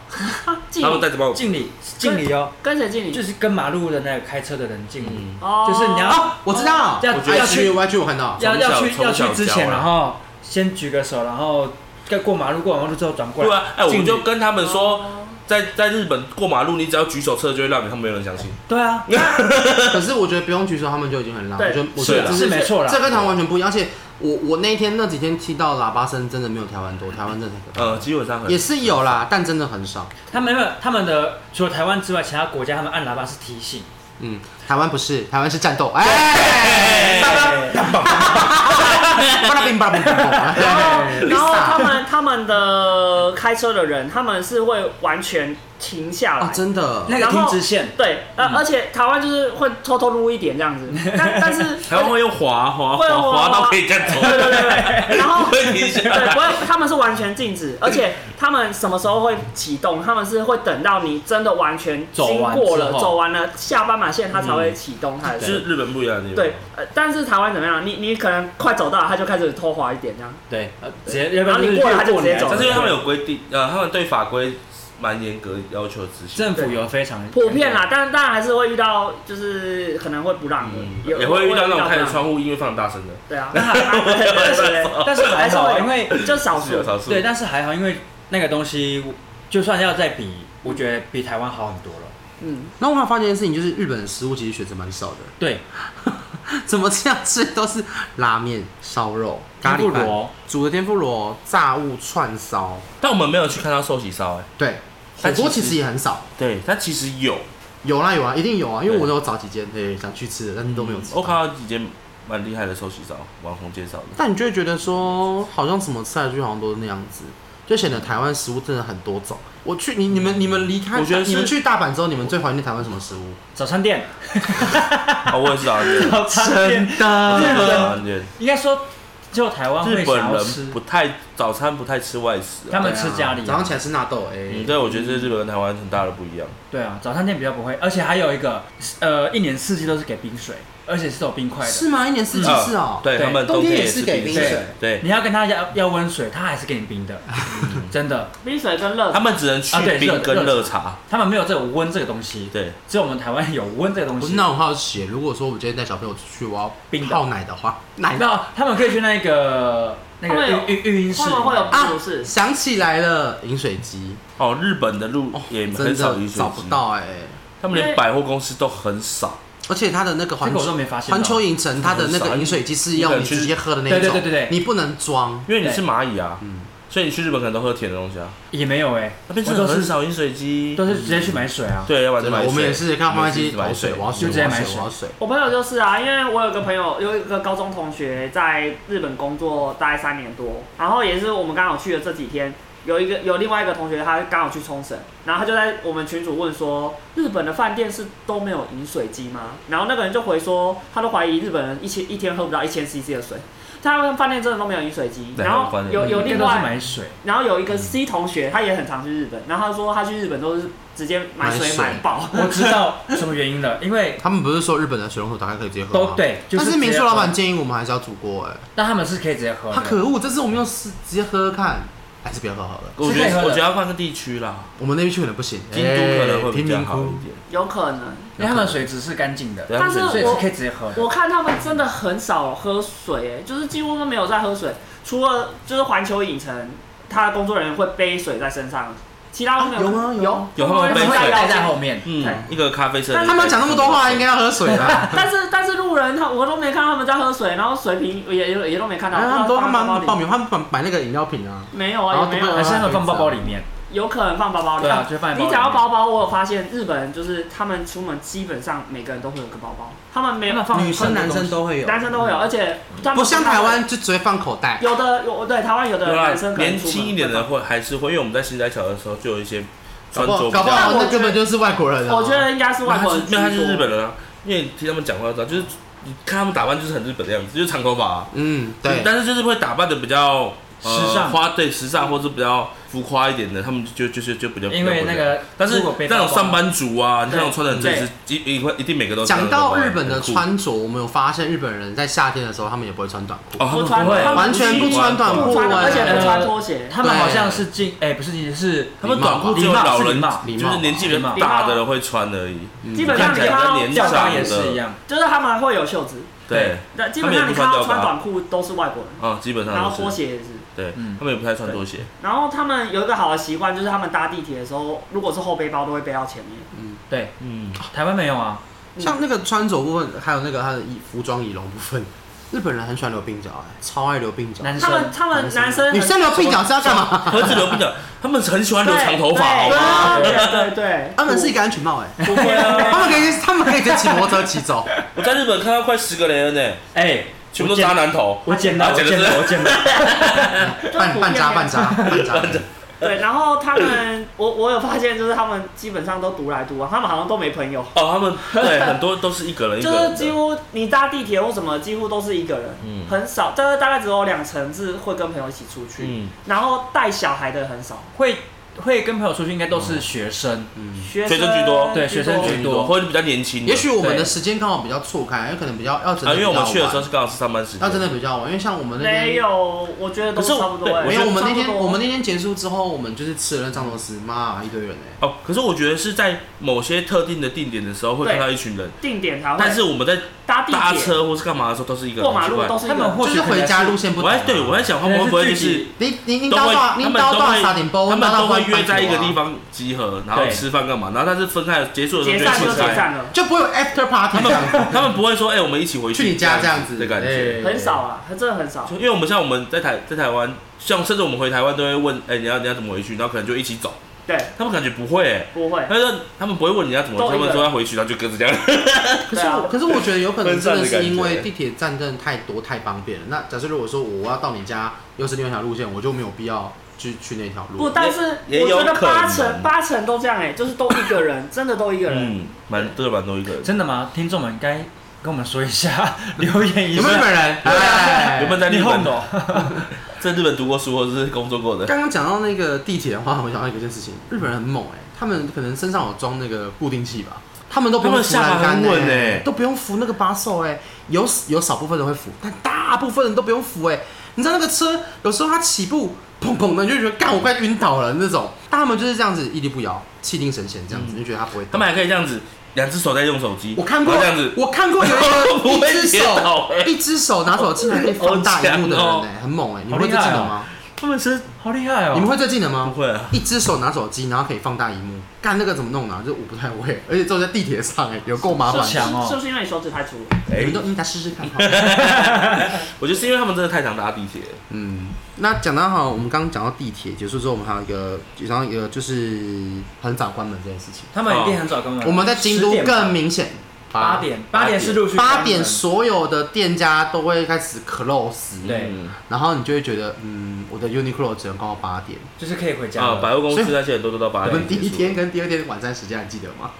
Speaker 3: 敬
Speaker 2: 他们
Speaker 3: 礼
Speaker 2: 带着包，
Speaker 4: 敬礼敬礼哦，
Speaker 3: 跟谁敬礼？
Speaker 4: 就是跟马路的那个开车的人敬礼，
Speaker 2: 嗯，
Speaker 3: 哦
Speaker 4: 就是你要
Speaker 1: 我知道，
Speaker 4: 要
Speaker 1: 我觉得
Speaker 4: 要去
Speaker 1: 我要去，我看到。
Speaker 4: 要
Speaker 2: 从小
Speaker 4: 要去
Speaker 2: 从
Speaker 4: 要
Speaker 2: 小
Speaker 4: 去之
Speaker 2: 教啊
Speaker 4: 前，然后先举个手，然后该过马路过完马路之后转过
Speaker 2: 对
Speaker 4: 来，
Speaker 2: 啊，哎、我
Speaker 4: 敬
Speaker 2: 们
Speaker 4: 礼
Speaker 2: 就跟他们说，
Speaker 3: 哦
Speaker 2: 在在日本过马路，你只要举手车就会让你，他们没有人相信。
Speaker 4: 对啊，
Speaker 1: 可是我觉得不用举手，他们就已经很浪。我
Speaker 3: 对
Speaker 1: 觉得我觉得
Speaker 2: 是啊
Speaker 1: 这
Speaker 4: 是没错啦
Speaker 1: 这。跟台湾完全不一样。而且我我那一天那几天听到喇叭声真的没有台湾多，台湾真的很可怕
Speaker 2: 呃，基本上很
Speaker 1: 也是有啦，但真的很少。
Speaker 4: 他们没有他们的除了台湾之外，其他国家他们按喇叭是
Speaker 3: (laughs)
Speaker 4: 提醒。
Speaker 1: 嗯，台湾不是，台湾是战斗。哎，巴拉巴拉冰巴拉冰巴拉冰
Speaker 3: 然后，
Speaker 1: Lisa
Speaker 3: 然后他们他们的开车的人，他们是会完全停下来
Speaker 1: 啊，，真的。
Speaker 4: 那个
Speaker 3: 然
Speaker 4: 停
Speaker 3: 后
Speaker 4: 直线，
Speaker 3: 对，呃，而且台湾就是会偷偷撸一点这样子，但但是
Speaker 2: 台湾会用滑滑
Speaker 3: 会
Speaker 2: 滑
Speaker 3: 滑
Speaker 2: 滑到可以这样走，
Speaker 3: 对对对对，然后
Speaker 2: 不 (laughs) 会停下
Speaker 3: 对，
Speaker 2: 来
Speaker 3: 不。会，他们是完全禁止，而且他们什么时候会启动？他们是会等到你真的完全经过
Speaker 4: 走完
Speaker 3: 了、
Speaker 4: 之后
Speaker 3: 走完了下斑马线，他才会启动他的
Speaker 2: 嗯就是
Speaker 3: 车。
Speaker 2: 日本不一样的地方。
Speaker 3: 对，呃，但是台湾怎么样？你你可能快走到了，他就开始偷滑一点这样。
Speaker 4: 对，呃直接要不然
Speaker 3: 然后你
Speaker 4: 就是
Speaker 3: 过了他就
Speaker 4: 越
Speaker 3: 直接
Speaker 4: 你
Speaker 3: 走
Speaker 2: 但
Speaker 3: 了
Speaker 2: 是因为他们
Speaker 4: 有
Speaker 2: 有规定，呃，他们对法规蛮严格要求执行。
Speaker 4: 政府有非常
Speaker 3: 普遍
Speaker 2: 哎
Speaker 3: 啦，但当然还是会遇到，就是可能会不让的，
Speaker 2: 嗯，
Speaker 3: 有
Speaker 2: 也会遇到那种开着
Speaker 3: 不让
Speaker 2: 窗户音乐放大声的，
Speaker 3: 对啊， (laughs) 对对对对
Speaker 4: (laughs) 但是
Speaker 2: (laughs)
Speaker 4: 还好啊，因为
Speaker 3: 对就少数
Speaker 2: 是有。少数。
Speaker 4: 对，但是还好，因为那个东西就算要再比，我觉得比台湾好很多了。
Speaker 3: 嗯，
Speaker 1: 然后我还发现一件事情，就是日本的食物其实选择蛮少的，
Speaker 4: 对，
Speaker 1: 怎么这样吃都是拉面、烧肉、咖喱
Speaker 4: 不
Speaker 1: 饭、
Speaker 4: 罗
Speaker 1: 煮的天妇罗、炸物、串烧，
Speaker 2: 但我们没有去看到寿喜烧，哎，
Speaker 1: 对，火
Speaker 2: 但
Speaker 1: 锅
Speaker 2: 其
Speaker 1: 其
Speaker 2: 实
Speaker 1: 实也很少。
Speaker 2: 对，但其实有，
Speaker 1: 有啦有啊，一定有啊，因为
Speaker 2: 对嗯
Speaker 1: 我都有找几间对想去吃的，但是都没有吃到。
Speaker 2: 我看到几间蛮厉害的寿喜烧，网红介绍的。 (laughs)
Speaker 1: 但你就会觉得说，好像什么吃来去好像都是那样子，就显得台湾食物真的很多种。我去你你们你们离开，
Speaker 2: 嗯我觉得是
Speaker 1: 你们去大阪之后，你们最怀念台湾什么食物？
Speaker 4: 早餐店，
Speaker 2: 啊，我也是早餐
Speaker 4: (laughs)
Speaker 2: 店，
Speaker 4: 早餐店
Speaker 2: 我
Speaker 1: 的
Speaker 2: 也是
Speaker 4: 日本
Speaker 2: 早餐店。
Speaker 4: 应该说只有台湾
Speaker 2: 日
Speaker 4: 会
Speaker 2: 本
Speaker 4: 想要
Speaker 2: 人
Speaker 4: 吃
Speaker 2: 不，太早餐不太吃外食、
Speaker 4: 他
Speaker 2: 啊。
Speaker 4: 们吃家里啊
Speaker 1: 早上起来吃纳豆，哎、
Speaker 2: 嗯，对，我觉得这是日本跟台湾很大的不一样。
Speaker 4: 对啊，早餐店比较不会，而且还有一个，呃，一年四季都是给冰水，而且是有冰块的。
Speaker 1: 是吗？一年四季是哦、
Speaker 2: 对
Speaker 4: 对
Speaker 2: 他们
Speaker 1: 冬
Speaker 2: 天
Speaker 1: 天也
Speaker 2: 吃
Speaker 1: 是给
Speaker 2: 冰
Speaker 1: 冰
Speaker 4: 水
Speaker 2: 对，
Speaker 4: 你要跟他要要温水，他还是给你冰的，
Speaker 1: 嗯
Speaker 4: 真的。
Speaker 3: 冰水跟热
Speaker 2: 他们只能去
Speaker 4: 啊对
Speaker 2: 冰跟
Speaker 4: 热
Speaker 2: 热茶。
Speaker 4: 他们没有这种温这个东西，
Speaker 2: 对，
Speaker 4: 只有我们台湾有温这个东
Speaker 1: 不
Speaker 4: 西
Speaker 1: 是。那我好奇，如果说我今天带小朋友出去，我要
Speaker 4: 冰的
Speaker 1: 泡奶的
Speaker 4: (laughs)
Speaker 1: 话，奶
Speaker 4: 那他们可以去那个那
Speaker 3: 他们有
Speaker 4: 个育育育婴室
Speaker 3: 他
Speaker 4: 里
Speaker 3: 们会有
Speaker 4: 面，
Speaker 1: 啊
Speaker 3: 不是，
Speaker 1: 想起来了，饮水机
Speaker 2: 哦，日本的路也很
Speaker 1: 真
Speaker 2: 少
Speaker 1: 的
Speaker 2: 饮水
Speaker 1: 找不
Speaker 2: 机，
Speaker 1: 到哎、
Speaker 2: 他们连百货公司都很少。
Speaker 1: 而且它的那个环
Speaker 4: 这个我
Speaker 1: 球
Speaker 4: 都没发现到。
Speaker 1: 环球影城它的那个饮水机是要你直接喝的那一种，
Speaker 4: 对对对对对
Speaker 1: 你不能装。
Speaker 2: 因为你是蚂蚁啊，
Speaker 1: 嗯
Speaker 2: 所以你去日本可能都喝甜的东西啊。
Speaker 4: 也没有哎，
Speaker 2: 那边
Speaker 4: 我
Speaker 2: 真的
Speaker 4: 都
Speaker 2: 很
Speaker 4: 是
Speaker 2: 少饮水机，嗯
Speaker 4: 都是直接去买水啊。
Speaker 2: 对，要不然就
Speaker 1: 真
Speaker 2: 买
Speaker 1: 的，我
Speaker 2: 水。
Speaker 1: 们也是看贩卖机
Speaker 2: 买
Speaker 1: 买水，我要水，
Speaker 4: 就直
Speaker 1: 我
Speaker 4: 接
Speaker 1: 要
Speaker 4: 买
Speaker 1: 水，
Speaker 4: 水
Speaker 1: 我要水。
Speaker 3: 我朋友就是啊，因为我有个朋友，有一个高中同学在日本工作大概三年多，然后也是我们刚好去的这几天，有一个有另外一个同学他刚好去冲绳，然后他就在我们群主问说，日本的饭店是都没有饮水机吗？然后那个人就回说，他都怀疑日本人一千一天喝不到一千 CC 的水，他们饭店真的都没有饮水机。
Speaker 2: 对
Speaker 3: 然
Speaker 2: 他
Speaker 3: 后
Speaker 2: 们饭店
Speaker 3: 有有
Speaker 4: 应该
Speaker 3: 另
Speaker 4: 都是
Speaker 3: 外，
Speaker 4: 买水，
Speaker 3: 然后有一个 C 同学，他也很常去日本，然后他说他去日本都是直接买水
Speaker 1: 买水
Speaker 3: 买爆， (laughs)
Speaker 4: 我知道什么原因了，
Speaker 1: (laughs)
Speaker 4: 因为
Speaker 1: 他们不是说日本的水龙头打开可以直接喝吗
Speaker 4: 都？对，就
Speaker 1: 但是民
Speaker 4: 直接
Speaker 1: 宿老板
Speaker 4: 喝，
Speaker 1: 建议我们还是要煮锅哎，
Speaker 4: 但他们是可以直接喝的。
Speaker 1: 他可恶，这次我们用试直接喝喝看，还是不要喝好了。
Speaker 2: 我
Speaker 4: 是
Speaker 2: 觉
Speaker 4: 可以喝
Speaker 2: 得
Speaker 4: 的
Speaker 2: 我觉得要换个地区啦，
Speaker 1: 我们那边去可能不行，
Speaker 2: 京都可能会
Speaker 1: 哎
Speaker 2: 比较好一
Speaker 1: 贫民
Speaker 2: 点。
Speaker 3: 有可能。
Speaker 4: 因为他们水质是干净的，
Speaker 2: 对
Speaker 3: 但是
Speaker 2: 他们
Speaker 4: 所
Speaker 2: 水
Speaker 4: 以
Speaker 2: 质
Speaker 4: 是
Speaker 3: 我
Speaker 4: 可以直接喝的。
Speaker 3: 我看他们真的很少喝水、欸，就是几乎都没有在喝水，除了就是环球影城，他的工作人员会背水在身上，其他都没
Speaker 1: 啊有吗
Speaker 3: 有。
Speaker 1: 有啊
Speaker 2: 有他们会背水
Speaker 3: 带
Speaker 4: 带
Speaker 3: 腰
Speaker 4: 在后
Speaker 3: 间。
Speaker 4: 面，
Speaker 2: 嗯，一个咖啡色的。
Speaker 1: 窟。他们讲那么多话，应该要喝水
Speaker 3: (laughs)
Speaker 1: 啦。
Speaker 3: 但是但是路人他我都没看到他们在喝水，然后水瓶也也也都没看到。
Speaker 1: 然后哎他们啊都他
Speaker 3: 放包
Speaker 1: 们
Speaker 3: 里
Speaker 1: 爆米花，他们买那个饮料瓶啊，
Speaker 3: 没有
Speaker 1: 然
Speaker 3: 啊，
Speaker 1: 后
Speaker 3: 也没有
Speaker 1: 都
Speaker 4: 还
Speaker 1: 不
Speaker 4: 是
Speaker 1: 能
Speaker 3: 啊，
Speaker 4: 他们放包包里面。
Speaker 3: 有可能放包包里。
Speaker 4: 对啊，就放在包包里面。
Speaker 3: 你讲到包包，我有发现日本人就是他们出门基本上每个人都会有个包包，他们没有
Speaker 4: 他们放
Speaker 1: 女生男生都会有，
Speaker 3: 男生都会有，而且他们
Speaker 1: 不像台
Speaker 3: 太会
Speaker 1: 湾就直接放口袋。
Speaker 3: 有的有对台湾有的
Speaker 2: 对啊
Speaker 3: 男生，可能
Speaker 2: 年
Speaker 3: 出门
Speaker 2: 轻一点的会还是会，因为我们在新斋桥的时候就有一些
Speaker 1: 搞
Speaker 2: 穿
Speaker 1: 不好
Speaker 2: 着比
Speaker 1: 搞不
Speaker 2: 较
Speaker 1: 好，
Speaker 3: 但我
Speaker 1: 那
Speaker 3: 觉得
Speaker 1: 根本就是外国人啊。
Speaker 3: 我觉得应该是
Speaker 2: 没有
Speaker 3: 外
Speaker 2: 他
Speaker 3: 国
Speaker 2: 是
Speaker 3: 人居
Speaker 2: 没
Speaker 3: 多
Speaker 2: 有他是日本人啊，因为你听他们讲话都知道，就是你看他们打扮就是很日本的样子，就是长头发啊、
Speaker 1: 嗯，对。
Speaker 2: 但是就是会打扮的比较、呃
Speaker 4: 时尚
Speaker 2: 花对时尚，或是比较浮夸一点的，他们就就是就比较
Speaker 4: 因为那个，
Speaker 2: 但是
Speaker 4: 如果被
Speaker 2: 那
Speaker 4: 曝
Speaker 2: 种
Speaker 4: 光
Speaker 2: 上班族啊，你看那种穿的很正
Speaker 4: 对
Speaker 2: 式，一一块一定每个都
Speaker 1: 讲到日本的
Speaker 2: 很酷
Speaker 1: 穿着，我们有发现日本人在夏天的时候，他们也不会穿短裤。
Speaker 2: 哦，他们
Speaker 3: 不穿
Speaker 2: 会
Speaker 3: 他们
Speaker 1: 完全不穿短
Speaker 3: 不
Speaker 1: 裤
Speaker 3: 穿，
Speaker 1: 哎
Speaker 3: 而且不穿拖鞋。
Speaker 4: 他们
Speaker 1: 对
Speaker 4: 好像是进，哎、不是进，是
Speaker 2: 他们短裤只有
Speaker 4: 礼貌
Speaker 2: 老
Speaker 4: 是礼
Speaker 2: 人，
Speaker 4: 貌
Speaker 1: 礼
Speaker 2: 就
Speaker 1: 貌
Speaker 2: 是年纪比较大的人会穿而已。
Speaker 3: 基本上你看
Speaker 2: 看
Speaker 3: 到
Speaker 2: 起来比较年
Speaker 4: 教官
Speaker 2: 长
Speaker 4: 也
Speaker 2: 的
Speaker 4: 是一样，
Speaker 3: 就是他们会有袖子，
Speaker 2: 对，
Speaker 3: 但基本上你看到穿短裤都是外国人，
Speaker 2: 啊，基本
Speaker 3: 然
Speaker 2: 上
Speaker 3: 后拖
Speaker 2: 都是。
Speaker 3: 鞋也是。
Speaker 2: 对
Speaker 4: 嗯，
Speaker 2: 他们也不太穿拖鞋。
Speaker 3: 然后他们有一个好的习惯，就是他们搭地铁的时候，如果是后背包都会背到前面。
Speaker 4: 对，
Speaker 2: 嗯，
Speaker 4: 台湾没有啊，
Speaker 3: 嗯
Speaker 1: 像那个穿着部分，还有那个他的衣服装仪容部分，日本人很喜欢留鬓角，哎，超爱留鬓角。
Speaker 4: 男
Speaker 3: 他
Speaker 4: 生
Speaker 3: 们他们男生
Speaker 1: 女生留鬓角是要干嘛？
Speaker 2: 何止留不了，他们很喜欢留长头发，好吗？
Speaker 3: 对对对对，
Speaker 1: 他们是一个安全帽，哎，
Speaker 2: 不会啊，
Speaker 1: 他们可以他们可以直接骑摩托车骑走。
Speaker 2: 我在日本看到快十个雷恩呢，
Speaker 4: 哎、
Speaker 2: 全部都渣男头。
Speaker 4: 我捡到，
Speaker 2: 啊
Speaker 4: 我捡到，我捡到，
Speaker 1: (laughs)
Speaker 3: 就
Speaker 1: 半半扎半。
Speaker 3: (laughs)
Speaker 1: 扎半扎，
Speaker 3: 对，然后他们，我我有发现，就是他们基本上都独来独往，他们好像都没朋友，
Speaker 2: 哦，他们对很多都是一个人一个
Speaker 3: 就
Speaker 2: 人
Speaker 3: 是
Speaker 2: 的，
Speaker 3: 几乎你搭地铁或什么，几乎都是一个人，
Speaker 2: 嗯
Speaker 3: 很少，但是大概只有两成是会跟朋友一起出去，
Speaker 2: 嗯，
Speaker 3: 然后带小孩的很少，
Speaker 4: 会会跟朋友出去，应该都是学生，
Speaker 1: 嗯，
Speaker 3: 学
Speaker 2: 学生居多
Speaker 4: 对学生居
Speaker 2: 居多，哦或者比较年轻的。
Speaker 1: 也许我们的时间刚好比较错开，可能比较要真的
Speaker 2: 啊，因
Speaker 1: 比较
Speaker 2: 为我
Speaker 1: 晚。
Speaker 2: 们去的时候是刚好是上班时
Speaker 1: 要真
Speaker 2: 间，
Speaker 1: 的比较晚，因为像我们那
Speaker 3: 没
Speaker 1: 天。
Speaker 3: 有，我觉得都
Speaker 2: 可是我
Speaker 3: 差不多、
Speaker 2: 对
Speaker 3: 欸。
Speaker 1: 没有，
Speaker 2: 我觉
Speaker 1: 我
Speaker 2: 得
Speaker 1: 们那天
Speaker 3: 差不多
Speaker 1: 我们那天结束之后，我们就是吃了那藏寿司，妈一堆人哎，
Speaker 2: 哦，可是我觉得是在某些特定的定点的时候会
Speaker 3: 对
Speaker 2: 看到一群人，
Speaker 3: 定点才会，
Speaker 2: 但是我们在
Speaker 3: 搭地
Speaker 2: 搭
Speaker 3: 铁、
Speaker 2: 车或是干嘛的时候都是一个人。
Speaker 3: 过马
Speaker 2: 奇
Speaker 3: 路
Speaker 2: 怪
Speaker 3: 都是一
Speaker 4: 他
Speaker 3: 个
Speaker 4: 们
Speaker 3: 人
Speaker 4: 或
Speaker 1: 就
Speaker 4: 许
Speaker 1: 是回家路线不
Speaker 2: 我
Speaker 1: 同啊。
Speaker 2: 在对我在想他们会不会就是
Speaker 1: 你你你
Speaker 2: 都
Speaker 1: 刀
Speaker 2: 会
Speaker 1: 到，你
Speaker 2: 他们
Speaker 1: 刀
Speaker 2: 都
Speaker 1: 到
Speaker 2: 会
Speaker 1: 沙点包，
Speaker 2: 他们都会约在一个地
Speaker 1: 方，
Speaker 2: 方集合，然后
Speaker 4: 对
Speaker 2: 吃饭干嘛，然后但是分开结束的时
Speaker 3: 结
Speaker 2: 候就
Speaker 3: 散就
Speaker 2: 分
Speaker 3: 解
Speaker 2: 开。
Speaker 3: 散了，
Speaker 1: 就不会有 after party 这样子，
Speaker 2: 他们不会说哎，我们一起回
Speaker 1: 去你家这样子
Speaker 2: 的感觉。
Speaker 1: 哎
Speaker 3: 很少啊，真的很少
Speaker 2: 就。因为我们像我们在台在台湾，像甚至我们回台湾都会问，哎、你要你要怎么回去？然后可能就一起走。
Speaker 3: 对，
Speaker 2: 他们感觉不会、哎，
Speaker 3: 不会。
Speaker 2: 但是他们不会问你要怎么回去，
Speaker 3: 都
Speaker 2: 他
Speaker 3: 一个
Speaker 2: 们说要回去，然后就跟着这样。
Speaker 1: 可
Speaker 3: 对
Speaker 1: 是
Speaker 3: 啊
Speaker 1: 我，可是我觉得有可能真的
Speaker 2: 分散
Speaker 1: 是
Speaker 2: 的
Speaker 1: 因
Speaker 2: 感
Speaker 1: 为
Speaker 2: 觉
Speaker 1: 地铁站真的太多太方便了。那假设如果说我要到你家，又是另外一条路线，我就没有必要去去那条
Speaker 3: 不，
Speaker 1: 路。
Speaker 3: 但是
Speaker 2: 也
Speaker 3: 我觉得
Speaker 2: 也有可能
Speaker 3: 八成八成都这样哎、就是都一个人，真的都一个人。
Speaker 2: 嗯，蛮对，蛮多一个人。
Speaker 4: 真的吗？听众们该跟我们说一下，留言一
Speaker 1: 有没有日
Speaker 4: 下。
Speaker 1: 本人？
Speaker 2: 有没有
Speaker 1: 哎，
Speaker 2: 在
Speaker 4: 你
Speaker 2: 日
Speaker 4: 后
Speaker 2: 本
Speaker 4: 头，
Speaker 2: 在日本读过书或者是工作过的？
Speaker 1: 刚刚讲到那个地铁的话，我想到一件事情，日本人很猛哎，他们可能身上有装那个固定器吧。他们都不用扶栏杆
Speaker 2: 他们下巴很稳
Speaker 1: 哎
Speaker 2: 哎
Speaker 1: 都不用扶那个把手哎、有有少部分人会扶，但大部分人都不用扶哎、你知道那个车有时候它起步砰砰的，你就觉得干我快晕倒了那种，但他们就是这样子屹立不摇，气定神闲这样子，你就觉得他不会倒。
Speaker 2: 他们还可以这样子，两只手在用手机。
Speaker 1: 我看过
Speaker 2: 嗯然后这样子，，
Speaker 1: 我看过有一个
Speaker 2: (laughs) 不
Speaker 1: 一
Speaker 2: 会
Speaker 1: 只
Speaker 2: 跌倒
Speaker 1: 手
Speaker 2: 欸
Speaker 1: 一只手拿手机还可以放大荧幕的人
Speaker 2: 好
Speaker 1: 呢
Speaker 2: 强，
Speaker 1: 很猛哎！你
Speaker 4: 好
Speaker 1: 们会
Speaker 4: 厉
Speaker 1: 这
Speaker 4: 害哦
Speaker 1: 技能吗？
Speaker 2: 他们是
Speaker 4: 好厉害哦！
Speaker 1: 你们会这技能吗
Speaker 2: 不？会啊。
Speaker 1: 一只手拿手机，然后可以放大荧幕，干那个怎么弄呢？啊就我不太会，而且坐在地铁上哎，有够麻
Speaker 4: 是
Speaker 1: 烦
Speaker 4: 不是哎
Speaker 1: 的。
Speaker 4: 强哦
Speaker 3: 是不是因为你手指太粗了？
Speaker 1: 你
Speaker 2: 哎、
Speaker 1: 们都应该试试看好了。
Speaker 2: 我觉得是因为他们真的太常搭地铁了。
Speaker 1: 嗯，那讲到哈，我们刚刚讲到地铁结束之后，我们还有一个，然后一个就是很早关门这件事情。
Speaker 4: 他们一定很早跟我们。
Speaker 1: 我们在京都
Speaker 4: 10点吧
Speaker 1: 更明显，
Speaker 4: 八点，八点是陆续
Speaker 1: 八
Speaker 4: 关
Speaker 1: 点
Speaker 4: 门
Speaker 1: 所有的店家都会开始 close。
Speaker 4: 对
Speaker 2: 嗯
Speaker 1: 然后你就会觉得，嗯，我的 Uniqlo 只能逛到八点。
Speaker 4: 就是可以回家
Speaker 2: 啊，
Speaker 4: 了
Speaker 2: 百货公司那些人都都到八
Speaker 1: 我
Speaker 2: 点结
Speaker 1: 们
Speaker 2: 束。
Speaker 1: 第一天跟第二天晚餐时间还记得吗？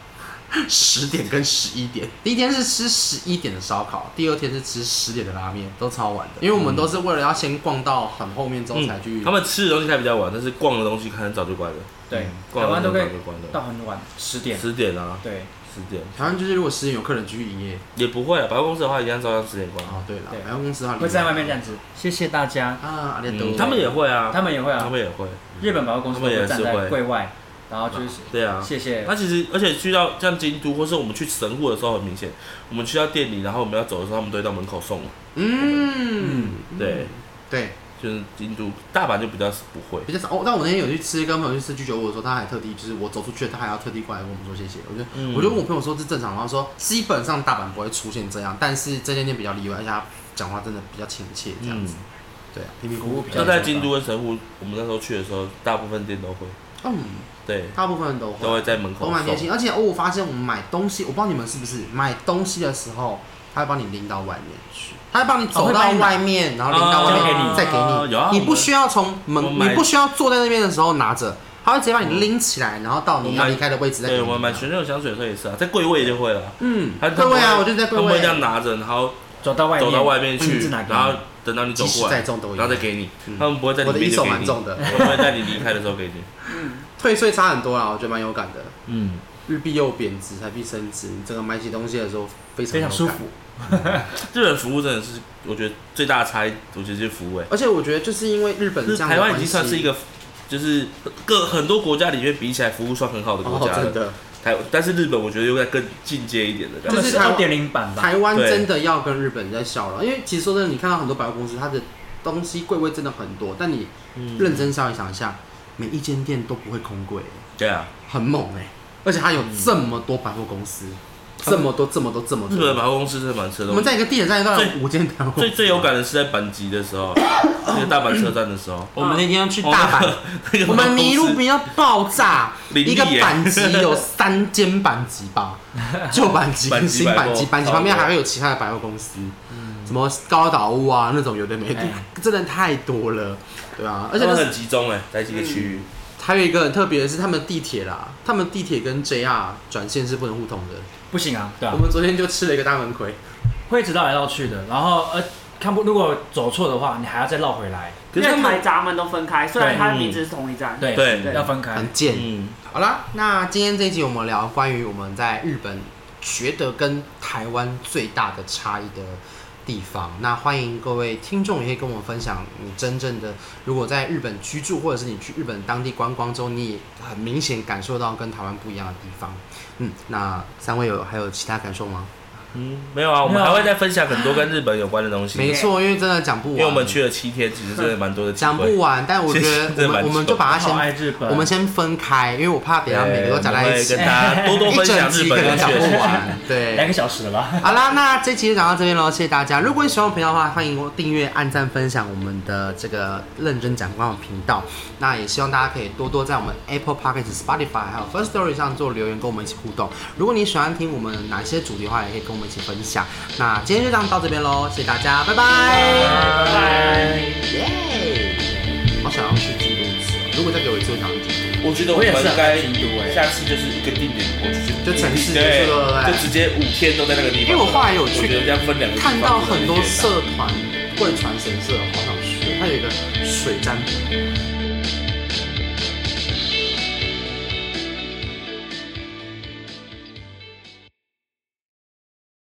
Speaker 1: 十点跟十一点，第一天是吃十一点的烧烤，第二天是吃十点的拉面，都超晚的。因为我们都是为了要先逛到很后面之后才去。
Speaker 2: 嗯他们吃的东西开比较晚，但是逛的东西可能早就关了，
Speaker 4: 对，台
Speaker 2: 逛的
Speaker 4: 湾都
Speaker 2: 东
Speaker 4: 可
Speaker 2: 西早
Speaker 4: 以
Speaker 2: 就关了。
Speaker 4: 到很晚，十点。
Speaker 2: 十点啊，
Speaker 4: 对，
Speaker 2: 十点
Speaker 1: 台湾就是如果十点有客人继续营业，
Speaker 2: 也不会啊，百货公司的话一样照样十点关。
Speaker 1: 哦对了
Speaker 4: 对，
Speaker 1: 百货公司的话
Speaker 4: 会在外面这样子。谢谢大家，
Speaker 1: 啊，阿联
Speaker 2: 嗯嗯
Speaker 1: 都
Speaker 2: 他们也会啊，
Speaker 4: 他们也会
Speaker 2: 他
Speaker 4: 啊。
Speaker 2: 们也会，
Speaker 4: 日本百货公司
Speaker 2: 他们也
Speaker 4: 会
Speaker 2: 是
Speaker 4: 站
Speaker 2: 会
Speaker 4: 在柜外，然后就是
Speaker 2: 对啊。
Speaker 4: 谢谢
Speaker 2: 那其实，而且去到像京都，或是我们去神户的时候，很明显，我们去到店里，然后我们要走的时候，他们都会到门口送。
Speaker 1: 嗯
Speaker 2: 对，
Speaker 1: 对
Speaker 2: 就是京都、大阪就比较不会。
Speaker 1: 比较少。哦，但我那天有去吃，跟朋友去吃居酒屋的时候，他还特地就是我走出去了，他还要特地过来跟我们说谢谢。我就、
Speaker 2: 嗯
Speaker 1: 我就问我朋友说这正常吗？他说基本上大阪不会出现这样，但是这间店比较例外，而且他讲话真的比较亲切这样子。
Speaker 2: 嗯
Speaker 1: 对啊，平民服务比较
Speaker 2: 那在京都跟神户，我们那时候去的时候，大部分店都会，
Speaker 1: 嗯，
Speaker 2: 对，
Speaker 1: 大部分人都
Speaker 2: 都
Speaker 1: 会
Speaker 2: 会在门口
Speaker 1: 都蛮贴
Speaker 2: 送。
Speaker 1: 心。而且哦，我发现我们买东西，我不知道你们是不是买东西的时候，他会帮你拎到外面去，
Speaker 2: 哦
Speaker 1: 他会帮你走
Speaker 4: 会
Speaker 1: 到
Speaker 4: 帮你
Speaker 1: 外面，然后拎到外面、
Speaker 4: 交给你
Speaker 1: 再给
Speaker 2: 啊
Speaker 1: 你，
Speaker 2: 有啊
Speaker 1: 你
Speaker 2: 我
Speaker 1: 不
Speaker 2: 们
Speaker 1: 需要从
Speaker 2: 我
Speaker 1: 门，
Speaker 2: 买
Speaker 1: 你不需要坐在那边的时候拿着，他会直接把你拎起来，然后到你要离开的位置再给
Speaker 2: 对，
Speaker 1: 你。
Speaker 2: 我们买全热香水的时候也是啊，在柜位就会了。
Speaker 1: 嗯，
Speaker 2: 他
Speaker 1: 各位啊，
Speaker 2: 他们会啊
Speaker 1: 我就在
Speaker 2: 他
Speaker 1: 各
Speaker 2: 们
Speaker 1: 位
Speaker 2: 会这样拿着，然后
Speaker 4: 走到外面，
Speaker 2: 走到外面
Speaker 4: 不一定
Speaker 2: 去，
Speaker 4: 是哪个
Speaker 2: 然后等到你走
Speaker 1: 即使
Speaker 2: 过
Speaker 1: 再
Speaker 2: 来，
Speaker 1: 重都有
Speaker 2: 然后。再给你，
Speaker 1: 嗯
Speaker 2: 他们不会在你
Speaker 1: 我的
Speaker 2: 面
Speaker 1: 一
Speaker 2: 就
Speaker 1: 手
Speaker 2: 给
Speaker 1: 蛮
Speaker 2: 你，
Speaker 1: 重的，
Speaker 2: (laughs) 我不会在你离开的时候
Speaker 1: (laughs)
Speaker 2: 给你。
Speaker 3: 嗯
Speaker 1: 退税差很多啦，啊我觉得蛮有感的。
Speaker 2: 嗯，
Speaker 1: 日币又贬值，台币升值，你整个买起东西的时候非常
Speaker 4: 非常
Speaker 1: 有
Speaker 4: 舒
Speaker 1: 感
Speaker 4: 服。。
Speaker 2: 日本服务真的是我觉得最大的差异，我觉得就是服务、欸。
Speaker 1: 而且我觉得就是因为日本这
Speaker 2: 就是
Speaker 1: 样的
Speaker 2: 台湾已
Speaker 1: 关
Speaker 2: 经
Speaker 1: 系
Speaker 2: 算是一个，就是各很多国家里面比起来，服务算很好的国
Speaker 1: 哦，
Speaker 2: 家
Speaker 1: 真
Speaker 2: 了。嗯
Speaker 1: 的，
Speaker 2: 台，但是日本我觉得又在更进阶一点的感
Speaker 4: 他
Speaker 2: 觉。
Speaker 4: 们
Speaker 1: 就是
Speaker 4: 是
Speaker 1: 台
Speaker 4: 二
Speaker 1: 湾
Speaker 4: 点零版吧？
Speaker 1: 台湾
Speaker 2: 对
Speaker 1: 真的要跟日本在笑了，因为其实说真的，你看到很多百货公司，它的东西柜位真的很多，但你
Speaker 2: 嗯
Speaker 1: 认真稍微想一下，每一间店都不会空柜，
Speaker 2: 对啊，
Speaker 1: 很猛哎、而且它有这么多百货公司，
Speaker 2: 他们
Speaker 1: 这么多这么多这么
Speaker 2: 嗯日本的百
Speaker 1: 多。
Speaker 2: 货公司真的蛮吃的。
Speaker 1: 我们在一个地铁站都有
Speaker 2: 最
Speaker 1: 五间百货公司
Speaker 2: 最最有感的是在阪急的时候，那个大阪车站的时候，
Speaker 1: 我们那天去
Speaker 2: 哦
Speaker 1: 大阪，
Speaker 2: (laughs) 那个
Speaker 1: 我们迷路
Speaker 2: 百货公司
Speaker 1: 迷到爆炸，
Speaker 2: 林立
Speaker 1: 一个
Speaker 2: 耶
Speaker 1: 板级有三间板级
Speaker 2: (laughs)
Speaker 1: 吧，旧板级跟新板级，板
Speaker 2: 板
Speaker 1: 级
Speaker 2: 级百货嗯
Speaker 1: 旁边还会有其他的百货公司，什么高岛屋啊那种有的没的
Speaker 4: 哎，
Speaker 1: 真的太多了，对啊，而且
Speaker 2: 他
Speaker 1: 那
Speaker 2: 们
Speaker 1: 是
Speaker 2: 很集中哎，在几个区域。
Speaker 1: 还有一个很特别的是他们地铁啦，他们地铁跟 JR 转线是不能互通的。
Speaker 4: 不行啊，对啊
Speaker 1: 我，们昨天就吃了一个大门亏，
Speaker 4: 会一直绕来绕去的，然后呃，看不如果走错的话，你还要再绕回来，
Speaker 2: 可
Speaker 3: 因
Speaker 2: 是他
Speaker 3: 为
Speaker 2: 们
Speaker 3: 台闸门都分开，虽然
Speaker 4: 对
Speaker 3: 它
Speaker 2: 嗯
Speaker 3: 名字是同一站，
Speaker 4: 对
Speaker 2: 对
Speaker 4: 要分开
Speaker 1: 很。贱。
Speaker 2: 嗯，
Speaker 1: 好啦，那今天这一集我们聊关于我们在日本觉得跟台湾最大的差异的地方。那欢迎各位听众也可以跟我们分享你真正的，如果在日本居住，或者是你去日本当地观光之后，你也很明显感受到跟台湾不一样的地方。嗯，那三位有还有其他感受吗？
Speaker 2: 嗯，没有啊，我们还会再分享很多跟日本有关的东西，
Speaker 1: 没
Speaker 2: 因
Speaker 1: 错，因为真的讲不完，
Speaker 2: 为我们去了七天，其实真的蛮多的机
Speaker 1: 讲
Speaker 2: 会。
Speaker 1: 不完，但我觉 (laughs)
Speaker 2: 其实真
Speaker 1: 得
Speaker 2: 的
Speaker 1: 我
Speaker 2: 蛮
Speaker 1: 们我们
Speaker 2: 久
Speaker 1: 就把它
Speaker 4: 好爱
Speaker 1: 先
Speaker 4: 日本，
Speaker 1: 我们先分开，因为我
Speaker 2: 哎
Speaker 1: 怕等一下每个都讲在一起哎
Speaker 2: 对
Speaker 1: 一
Speaker 2: 我，们会跟大家多多分享
Speaker 1: 整
Speaker 2: 日
Speaker 1: 集可
Speaker 2: 本
Speaker 1: 能
Speaker 2: 的
Speaker 1: 讲
Speaker 2: 确
Speaker 1: 不
Speaker 2: 实。
Speaker 1: 完。对，
Speaker 4: 两个小时了吧？
Speaker 1: 好啦，那这期就讲到这边喽，谢谢大家。如果你喜欢我们频道的话，欢迎订阅、按赞、分享我们的这个认真讲官网频道。那也希望大家可以多多在我们 Apple Podcast、Spotify 还有 First Story 上做留言，跟我们一起互动。如果你喜欢听我们哪些主题的话，也可以跟我们一起分享。那今天就这样到这边喽，谢谢大家，拜拜。
Speaker 4: 拜拜。
Speaker 1: 耶！好想要去京都一次哦，如果再给我一次，我想去京
Speaker 2: 我觉得我
Speaker 4: 我
Speaker 2: 们
Speaker 4: 也是
Speaker 2: 应
Speaker 4: 很
Speaker 2: 该
Speaker 4: 爱京都哎
Speaker 2: 下次就是一个定点，我就是
Speaker 1: 就城市结
Speaker 2: 对
Speaker 1: 束了对不对
Speaker 2: 就直接五天都在那个地
Speaker 1: 因
Speaker 2: 方。
Speaker 1: 为我后来有去
Speaker 2: 我觉得这样分两
Speaker 1: 都。
Speaker 2: 个地方
Speaker 1: 看到很多
Speaker 2: 真的有点大
Speaker 1: 社团、贵船神社，好想去哦，它有一个水占卜。